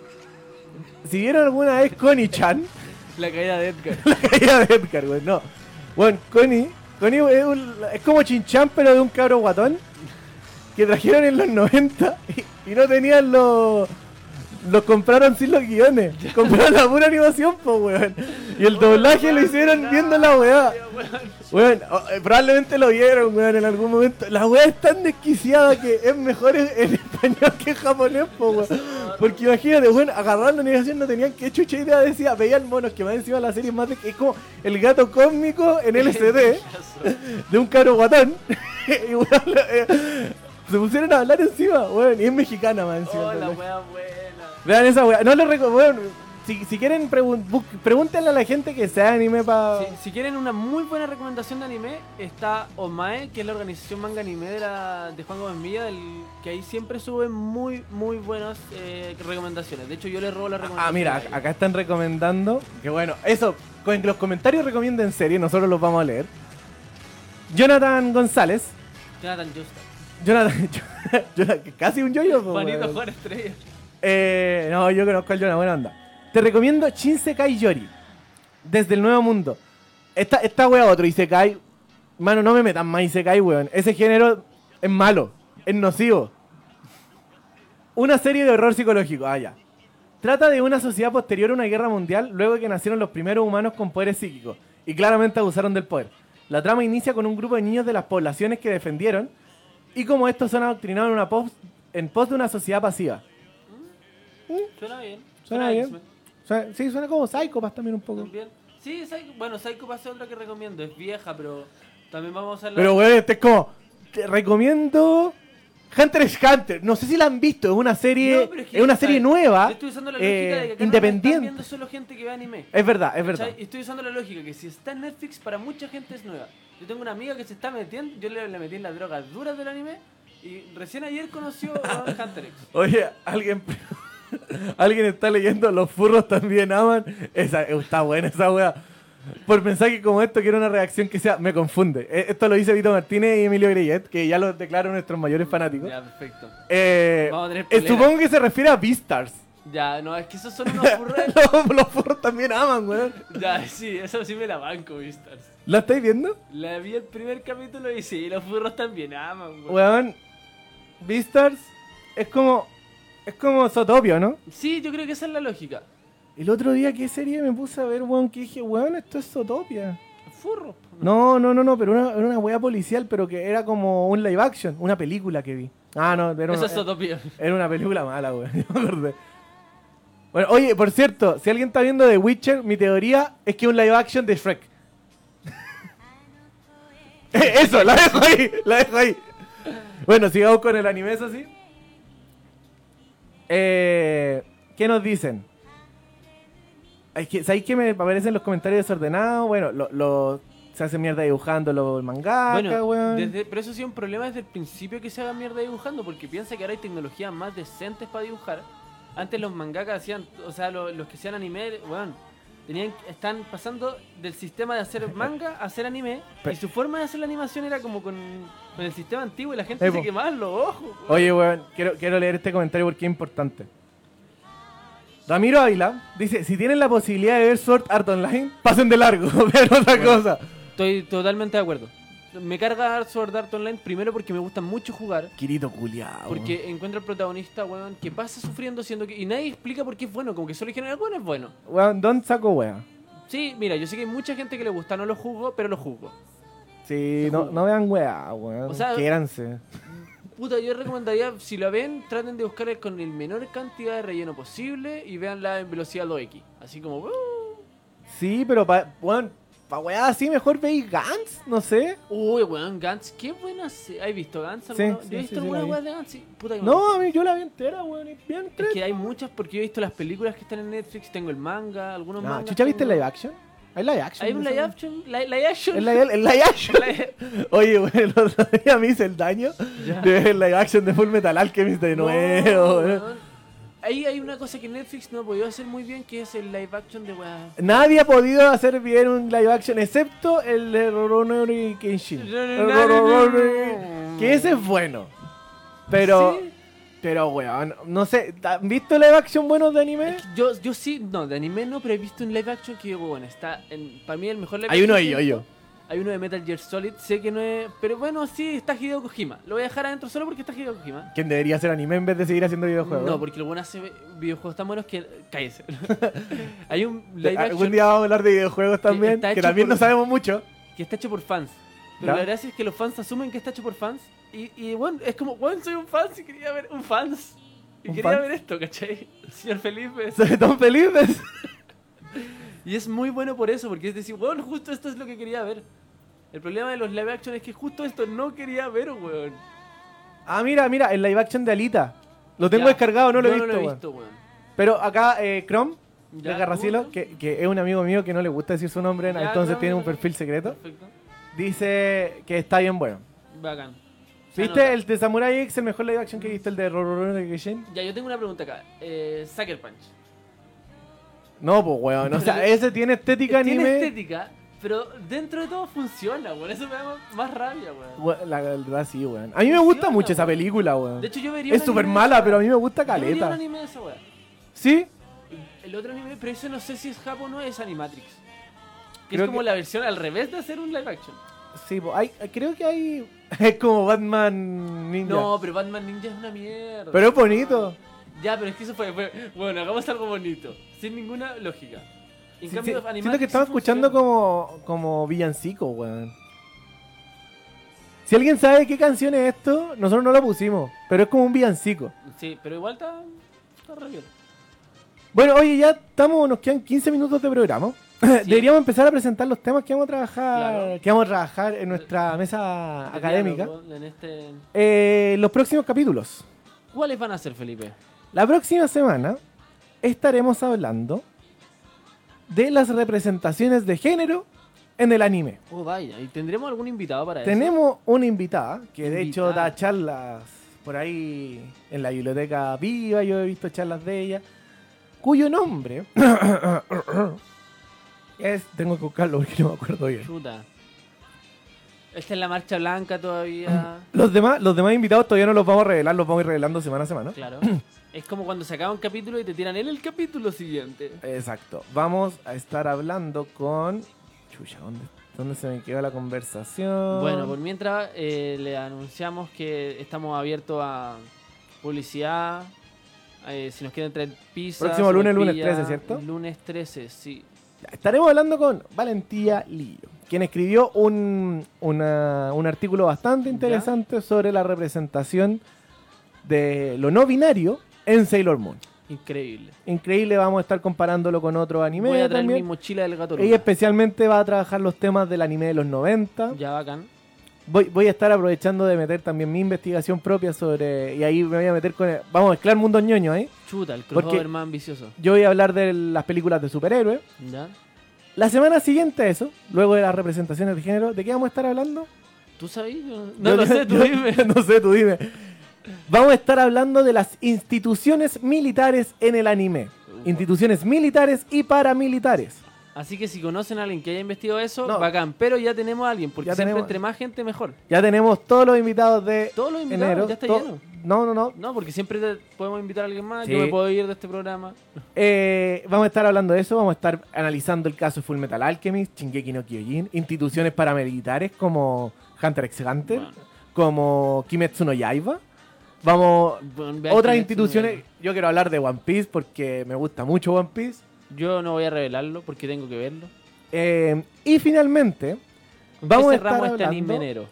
[SPEAKER 2] Si vieron alguna vez Connie Chan,
[SPEAKER 1] La caída de
[SPEAKER 2] [laughs]
[SPEAKER 1] Edgar.
[SPEAKER 2] la caída de Edgar, güey. No. Bueno, Connie. Connie es, un- es como Chinchán, pero de un cabro guatón. Que trajeron en los 90 y, y no tenían los. Los compraron sin los guiones. Compraron la pura animación, pues, weón. Y el doblaje lo hicieron viendo la weá. Weón, o- eh, probablemente lo vieron, weón, en algún momento. La weá es tan desquiciada que es mejor en, en español que en japonés, po, weón. Porque imagínate, weón, agarrar la negación no tenían que chucha idea, decía, veían monos que más encima la serie es más de, es como el gato cósmico en
[SPEAKER 1] [laughs]
[SPEAKER 2] LCD de un caro guatón. [laughs] y weón, lo- eh, se pusieron a hablar encima, weón, y es mexicana más encima.
[SPEAKER 1] Oh, la
[SPEAKER 2] ¿entendés?
[SPEAKER 1] wea buena.
[SPEAKER 2] Vean esa weá, no lo recomiendo, si, si quieren, pregun- bu- pregúntenle a la gente que sea anime para...
[SPEAKER 1] Si, si quieren una muy buena recomendación de anime, está OMAE, que es la organización manga anime de, la- de Juan Gómez Milla, del- que ahí siempre suben muy, muy buenas eh, recomendaciones. De hecho, yo le robo la recomendación.
[SPEAKER 2] Ah, mira,
[SPEAKER 1] a
[SPEAKER 2] ac-
[SPEAKER 1] ellos.
[SPEAKER 2] acá están recomendando. Que bueno, eso, con los comentarios recomienden serie, nosotros los vamos a leer. Jonathan González.
[SPEAKER 1] Jonathan Justa.
[SPEAKER 2] Jonathan, [laughs] Jonathan- casi un yoyo. po,
[SPEAKER 1] Juanito
[SPEAKER 2] weón.
[SPEAKER 1] Juan Estrella.
[SPEAKER 2] Eh, no, yo conozco al Jonathan, buena onda. Te recomiendo Shinsekai Yori. Desde el Nuevo Mundo. Esta, esta wea otro Isekai. Mano, no me metan más Isekai, weón. Ese género es malo, es nocivo. Una serie de horror psicológico, ah, ya. Trata de una sociedad posterior a una guerra mundial luego que nacieron los primeros humanos con poderes psíquicos y claramente abusaron del poder. La trama inicia con un grupo de niños de las poblaciones que defendieron y como estos son adoctrinados en, una pos- en pos de una sociedad pasiva.
[SPEAKER 1] Suena bien.
[SPEAKER 2] Suena
[SPEAKER 1] a
[SPEAKER 2] bien.
[SPEAKER 1] X-Men.
[SPEAKER 2] Suena- sí, suena como Psychopath también un poco.
[SPEAKER 1] También. Sí, Psycho- bueno, Psycho Pass es otra que recomiendo. Es vieja, pero también vamos a hacerla.
[SPEAKER 2] Pero, weón, este es como. Te recomiendo. Hunter x Hunter. No sé si la han visto. Es una serie.
[SPEAKER 1] No, pero
[SPEAKER 2] es,
[SPEAKER 1] que,
[SPEAKER 2] una
[SPEAKER 1] ¿sabes?
[SPEAKER 2] serie nueva.
[SPEAKER 1] Yo estoy usando la
[SPEAKER 2] eh,
[SPEAKER 1] lógica de que acá no la están
[SPEAKER 2] independiente.
[SPEAKER 1] viendo solo gente que ve anime.
[SPEAKER 2] Es verdad, es verdad.
[SPEAKER 1] ¿Cachai? Y estoy usando la lógica que si está en Netflix, para mucha gente es nueva. Yo tengo una amiga que se está metiendo, yo le, le metí en las drogas duras del anime y recién ayer conoció a Hunter X.
[SPEAKER 2] Oye, alguien. [laughs] alguien está leyendo Los furros también aman. Esa, eh, está buena esa wea. Por pensar que como esto quiero una reacción que sea, me confunde. Eh, Esto lo dice Vito Martínez y Emilio Greyet, que ya lo declaro nuestros mayores fanáticos.
[SPEAKER 1] Ya, perfecto.
[SPEAKER 2] Eh,
[SPEAKER 1] Vamos a tener
[SPEAKER 2] eh,
[SPEAKER 1] polera.
[SPEAKER 2] supongo que se refiere a Beastars.
[SPEAKER 1] Ya, no, es que esos son unos burros.
[SPEAKER 2] [laughs] los, los furros también aman, weón.
[SPEAKER 1] ya, sí, eso sí me la banco, Vistars.
[SPEAKER 2] ¿La estáis viendo?
[SPEAKER 1] La vi el primer capítulo y sí, los burros también aman, weón.
[SPEAKER 2] Weón, Beastars es como. Es como Sotopio, ¿no?
[SPEAKER 1] Sí, yo creo que esa es la lógica.
[SPEAKER 2] El otro día, ¿qué serie me puse a ver, weón? Que dije, weón, esto es Sotopia.
[SPEAKER 1] Furro.
[SPEAKER 2] No, no, no, no, pero una, era una weá policial, pero que era como un live action, una película que vi. Ah, no, era
[SPEAKER 1] Esa
[SPEAKER 2] una,
[SPEAKER 1] es Zootopia.
[SPEAKER 2] era una película mala, güey. [laughs] Yo me acordé. Bueno, oye, por cierto, si alguien está viendo The Witcher, mi teoría es que es un live action de Shrek. [laughs] Eh, Eso, la dejo ahí, la dejo ahí. Bueno, sigamos con el anime, eso sí. Eh, ¿Qué nos dicen? Es que, ¿Sabéis que me aparecen los comentarios desordenados? Bueno, lo, lo- se hace mierda dibujando los mangaka,
[SPEAKER 1] Bueno,
[SPEAKER 2] weón.
[SPEAKER 1] desde- pero eso ha sido un problema desde el principio que se haga mierda dibujando, porque piensa que ahora hay tecnologías más decentes para dibujar. Antes los mangakas hacían, o sea, lo- los, que hacían anime, weón, tenían, están pasando del sistema de hacer manga a hacer anime,
[SPEAKER 2] Pe-
[SPEAKER 1] y su forma de hacer la animación era como con, con el sistema antiguo y la gente
[SPEAKER 2] Ey,
[SPEAKER 1] se
[SPEAKER 2] po.
[SPEAKER 1] quemaba los ojos. weón.
[SPEAKER 2] Oye, weón, quiero, quiero leer este comentario porque es importante. Ramiro Ávila dice, si tienen la posibilidad de ver Sword Art Online, pasen de largo, [laughs] vean otra cosa.
[SPEAKER 1] Estoy totalmente de acuerdo. Me carga Sword Art Online primero porque me gusta mucho jugar.
[SPEAKER 2] Kirito culiao.
[SPEAKER 1] Porque encuentra al protagonista, weón, que pasa sufriendo siendo que... Y nadie explica por qué es bueno, como que solo dijeron, "Ah, bueno, es bueno.
[SPEAKER 2] Weón, don saco wea.
[SPEAKER 1] Sí, mira, yo sé que hay mucha gente que le gusta, no lo juzgo, pero lo juzgo.
[SPEAKER 2] Sí, no, no vean wea, weón.
[SPEAKER 1] O sea-
[SPEAKER 2] Quiéranse.
[SPEAKER 1] Puta, yo recomendaría, si la ven, traten de buscar el- con el menor cantidad de relleno posible y veanla en velocidad 2X. Así como, "Uh,
[SPEAKER 2] Sí, pero pa, weón, pa weá así mejor veis Gantz, no sé.
[SPEAKER 1] uy, weón, Gantz, qué buena se... ¿Has visto Gantz?
[SPEAKER 2] Sí,
[SPEAKER 1] alguna-
[SPEAKER 2] sí,
[SPEAKER 1] yo he
[SPEAKER 2] sí,
[SPEAKER 1] visto
[SPEAKER 2] sí,
[SPEAKER 1] alguna
[SPEAKER 2] la vi.
[SPEAKER 1] weá de Gantz. sí. Puta que me
[SPEAKER 2] No, a mí yo la vi entera, weón, y bien
[SPEAKER 1] Es
[SPEAKER 2] creo.
[SPEAKER 1] que hay muchas porque yo he visto las películas que están en Netflix, tengo el manga, algunos
[SPEAKER 2] No,
[SPEAKER 1] mangas.
[SPEAKER 2] Ah, chucha, ¿viste
[SPEAKER 1] tengo-
[SPEAKER 2] live action? ¿Hay live action?
[SPEAKER 1] Hay un
[SPEAKER 2] de
[SPEAKER 1] live
[SPEAKER 2] esa
[SPEAKER 1] action, li- live action.
[SPEAKER 2] wea? ¿Es
[SPEAKER 1] [laughs]
[SPEAKER 2] live, es live action? Oye, güey, el otro día me hice el daño
[SPEAKER 1] Ya.
[SPEAKER 2] de ver el live action de Full Metal Alchemist de
[SPEAKER 1] No,
[SPEAKER 2] nuevo. güey.
[SPEAKER 1] weón. Ahí hay una cosa que Netflix no ha podido hacer muy bien, que es el live action de weá.
[SPEAKER 2] Nadie ha podido hacer bien un live action excepto el de Rurouni Kenshin. Rurouni- Que ese es bueno. Pero,
[SPEAKER 1] Sí.
[SPEAKER 2] pero, weón, no sé, ¿han visto live action buenos de anime?
[SPEAKER 1] Es que Yo, yo sí, no, de anime no, pero he visto un live action que, bueno, está, en, para mí el mejor live
[SPEAKER 2] Hay uno
[SPEAKER 1] action
[SPEAKER 2] de
[SPEAKER 1] que he visto.
[SPEAKER 2] yo-yo.
[SPEAKER 1] Hay uno de Metal Gear Solid, sé que no es... Pero bueno, sí, está Hideo Kojima. Lo voy a dejar adentro solo porque está Hideo Kojima.
[SPEAKER 2] ¿Quién debería hacer anime en vez de seguir haciendo videojuegos?
[SPEAKER 1] No, porque el bueno hace videojuegos tan buenos que...
[SPEAKER 2] [laughs]
[SPEAKER 1] Cállese. Hay un
[SPEAKER 2] De-
[SPEAKER 1] live
[SPEAKER 2] Algún
[SPEAKER 1] action
[SPEAKER 2] día vamos a hablar de videojuegos también,
[SPEAKER 1] está
[SPEAKER 2] que
[SPEAKER 1] hecho
[SPEAKER 2] también
[SPEAKER 1] por-
[SPEAKER 2] no sabemos mucho. [laughs]
[SPEAKER 1] que está hecho por fans. Pero
[SPEAKER 2] ¿Ya?
[SPEAKER 1] la gracia es que los fans asumen que está hecho por fans. Y, y bueno, es como, bueno, soy un fan y quería ver un fans. Y
[SPEAKER 2] ¿Un
[SPEAKER 1] quería
[SPEAKER 2] fans?
[SPEAKER 1] ver esto, ¿cachai?
[SPEAKER 2] [laughs]
[SPEAKER 1] Señor Felipe.
[SPEAKER 2] Sobre todo felices.
[SPEAKER 1] Y es muy bueno por eso, porque es decir, weón, justo esto es lo que quería ver. El problema de los live action es que justo esto no quería ver, weón.
[SPEAKER 2] Ah, mira, mira, el live action de Alita. Lo tengo
[SPEAKER 1] Ya.
[SPEAKER 2] descargado, no lo he
[SPEAKER 1] Yo
[SPEAKER 2] visto.
[SPEAKER 1] No lo he
[SPEAKER 2] weón.
[SPEAKER 1] visto, weón.
[SPEAKER 2] Pero acá eh, Chrome,
[SPEAKER 1] Ya,
[SPEAKER 2] de Garracielo,
[SPEAKER 1] ¿cómo?
[SPEAKER 2] que, que es un amigo mío que no le gusta decir su nombre,
[SPEAKER 1] Ya,
[SPEAKER 2] entonces
[SPEAKER 1] Chrome,
[SPEAKER 2] tiene un
[SPEAKER 1] ya.
[SPEAKER 2] perfil secreto,
[SPEAKER 1] Perfecto.
[SPEAKER 2] dice que está bien bueno.
[SPEAKER 1] Bacán. Se
[SPEAKER 2] ¿Viste?
[SPEAKER 1] anota.
[SPEAKER 2] El de Samurai X, el mejor live action que viste, el de Rurouni Kenshin.
[SPEAKER 1] Ya, yo tengo una pregunta acá. Eh, Sucker Punch.
[SPEAKER 2] No, pues weón,
[SPEAKER 1] [laughs]
[SPEAKER 2] o sea, ese tiene estética
[SPEAKER 1] Tiene
[SPEAKER 2] anime.
[SPEAKER 1] estética, pero dentro de todo funciona, weón. Eso me da más rabia, weón.
[SPEAKER 2] Weón, La verdad sí, weón. A mí me gusta
[SPEAKER 1] Funciona,
[SPEAKER 2] mucho esa
[SPEAKER 1] weón.
[SPEAKER 2] película, weón.
[SPEAKER 1] De hecho, yo vería
[SPEAKER 2] Es
[SPEAKER 1] un
[SPEAKER 2] súper
[SPEAKER 1] anime de
[SPEAKER 2] mala,
[SPEAKER 1] esa
[SPEAKER 2] pero a
[SPEAKER 1] weá.
[SPEAKER 2] mí me gusta
[SPEAKER 1] Yo vería un
[SPEAKER 2] caleta.
[SPEAKER 1] anime de esa weá.
[SPEAKER 2] ¿Sí?
[SPEAKER 1] El otro anime, pero ese no sé si es Japón o no, es Animatrix. Que
[SPEAKER 2] Creo
[SPEAKER 1] es como
[SPEAKER 2] que-
[SPEAKER 1] la versión al revés de hacer un live action.
[SPEAKER 2] Sí, pues, hay, creo que hay... [laughs] Es como Batman Ninja.
[SPEAKER 1] No, pero Batman Ninja es una mierda.
[SPEAKER 2] Pero es bonito.
[SPEAKER 1] Ya, pero es que eso fue, fue- bueno, hagamos algo bonito, sin ninguna lógica. En
[SPEAKER 2] Sí,
[SPEAKER 1] cambio,
[SPEAKER 2] sí,
[SPEAKER 1] Animatrix
[SPEAKER 2] siento que
[SPEAKER 1] sí
[SPEAKER 2] estaba escuchando
[SPEAKER 1] funciona.
[SPEAKER 2] como, como villancico, weón. Si alguien sabe qué canción es esto, nosotros no la pusimos, pero es como un villancico.
[SPEAKER 1] Sí, pero igual está, está
[SPEAKER 2] [laughs]
[SPEAKER 1] re bien.
[SPEAKER 2] Bueno, oye, ya estamos, nos quedan 15 minutos de programa. [laughs] Deberíamos empezar a presentar los temas que vamos a trabajar,
[SPEAKER 1] Claro.
[SPEAKER 2] que vamos a trabajar en nuestra mesa
[SPEAKER 1] De
[SPEAKER 2] académica.
[SPEAKER 1] diálogo En este...
[SPEAKER 2] Eh, los próximos capítulos.
[SPEAKER 1] ¿Cuáles van a ser, Felipe?
[SPEAKER 2] La próxima semana estaremos hablando de las representaciones de género en el anime.
[SPEAKER 1] Oh, vaya, ¿y tendremos algún invitado para eso?
[SPEAKER 2] Tenemos una invitada que de hecho
[SPEAKER 1] Invitada.
[SPEAKER 2] da charlas por ahí en la biblioteca viva, yo he visto charlas de ella, cuyo nombre [coughs] es, tengo que buscarlo porque no me acuerdo bien.
[SPEAKER 1] Chuta. Esta es la marcha
[SPEAKER 2] [coughs]
[SPEAKER 1] blanca todavía.
[SPEAKER 2] Los demás, los demás invitados todavía no los vamos a revelar, los vamos a ir revelando semana a semana.
[SPEAKER 1] Claro. Es como cuando se acaba un capítulo y te tiran en el capítulo siguiente.
[SPEAKER 2] Exacto. Vamos a estar hablando con... Chucha, ¿dónde, dónde se me quedó la conversación?
[SPEAKER 1] Bueno, por mientras eh, le anunciamos que estamos abiertos a publicidad. eh, si nos quieren traer pizza.
[SPEAKER 2] Próximo lunes, lunes 13, ¿cierto?
[SPEAKER 1] Lunes 13, sí.
[SPEAKER 2] Estaremos hablando con Valentía Lillo, quien escribió un, una- un artículo bastante interesante sobre la representación de lo no binario en Sailor Moon.
[SPEAKER 1] Increíble.
[SPEAKER 2] Increíble, vamos a estar comparándolo con otro anime
[SPEAKER 1] Voy a traer mi
[SPEAKER 2] también.
[SPEAKER 1] mochila del gato.
[SPEAKER 2] Ella
[SPEAKER 1] Luna.
[SPEAKER 2] especialmente va a trabajar los temas del anime de los 90.
[SPEAKER 1] Ya bacán.
[SPEAKER 2] Voy, voy a estar aprovechando de meter también mi investigación propia sobre... Y ahí me voy a meter con... el- vamos a mezclar mundos ñoños, ¿eh?
[SPEAKER 1] Chuta, el
[SPEAKER 2] Porque-
[SPEAKER 1] crossover más ambicioso.
[SPEAKER 2] Yo voy a hablar de las películas de superhéroes.
[SPEAKER 1] ¿Ya?
[SPEAKER 2] La semana siguiente a eso, luego de las representaciones de género, ¿de qué vamos a estar hablando?
[SPEAKER 1] ¿Tú sabías? No,
[SPEAKER 2] Yo-
[SPEAKER 1] no lo sé, tú
[SPEAKER 2] yo-
[SPEAKER 1] dime.
[SPEAKER 2] No sé, tú dime. Vamos a estar hablando de las instituciones militares en el anime. Instituciones militares y paramilitares.
[SPEAKER 1] Así que si conocen a alguien que haya investigado eso,
[SPEAKER 2] No.
[SPEAKER 1] bacán. Pero ya tenemos a alguien, porque
[SPEAKER 2] Ya
[SPEAKER 1] siempre
[SPEAKER 2] tenemos-
[SPEAKER 1] entre más gente mejor.
[SPEAKER 2] Ya tenemos todos los invitados de
[SPEAKER 1] Todos los invitados,
[SPEAKER 2] enero.
[SPEAKER 1] ya está
[SPEAKER 2] To-
[SPEAKER 1] lleno.
[SPEAKER 2] No, no, no.
[SPEAKER 1] No, porque siempre te- podemos invitar a alguien más.
[SPEAKER 2] Sí.
[SPEAKER 1] Yo me puedo ir de este programa.
[SPEAKER 2] Eh, vamos a estar hablando de eso, vamos a estar analizando el caso de Full Metal Alchemist, Shingeki no Kyojin, instituciones paramilitares como Hunter x Hunter,
[SPEAKER 1] Bueno.
[SPEAKER 2] como Kimetsu no Yaiba. Vamos,
[SPEAKER 1] Bueno, vean
[SPEAKER 2] otras
[SPEAKER 1] quién es
[SPEAKER 2] instituciones,
[SPEAKER 1] tu
[SPEAKER 2] yo quiero hablar de One Piece porque me gusta mucho One Piece.
[SPEAKER 1] nivel. Yo no voy a revelarlo porque tengo que verlo.
[SPEAKER 2] Eh, y finalmente,
[SPEAKER 1] ¿Con qué
[SPEAKER 2] vamos a estar
[SPEAKER 1] cerramos este
[SPEAKER 2] hablando-
[SPEAKER 1] anime enero.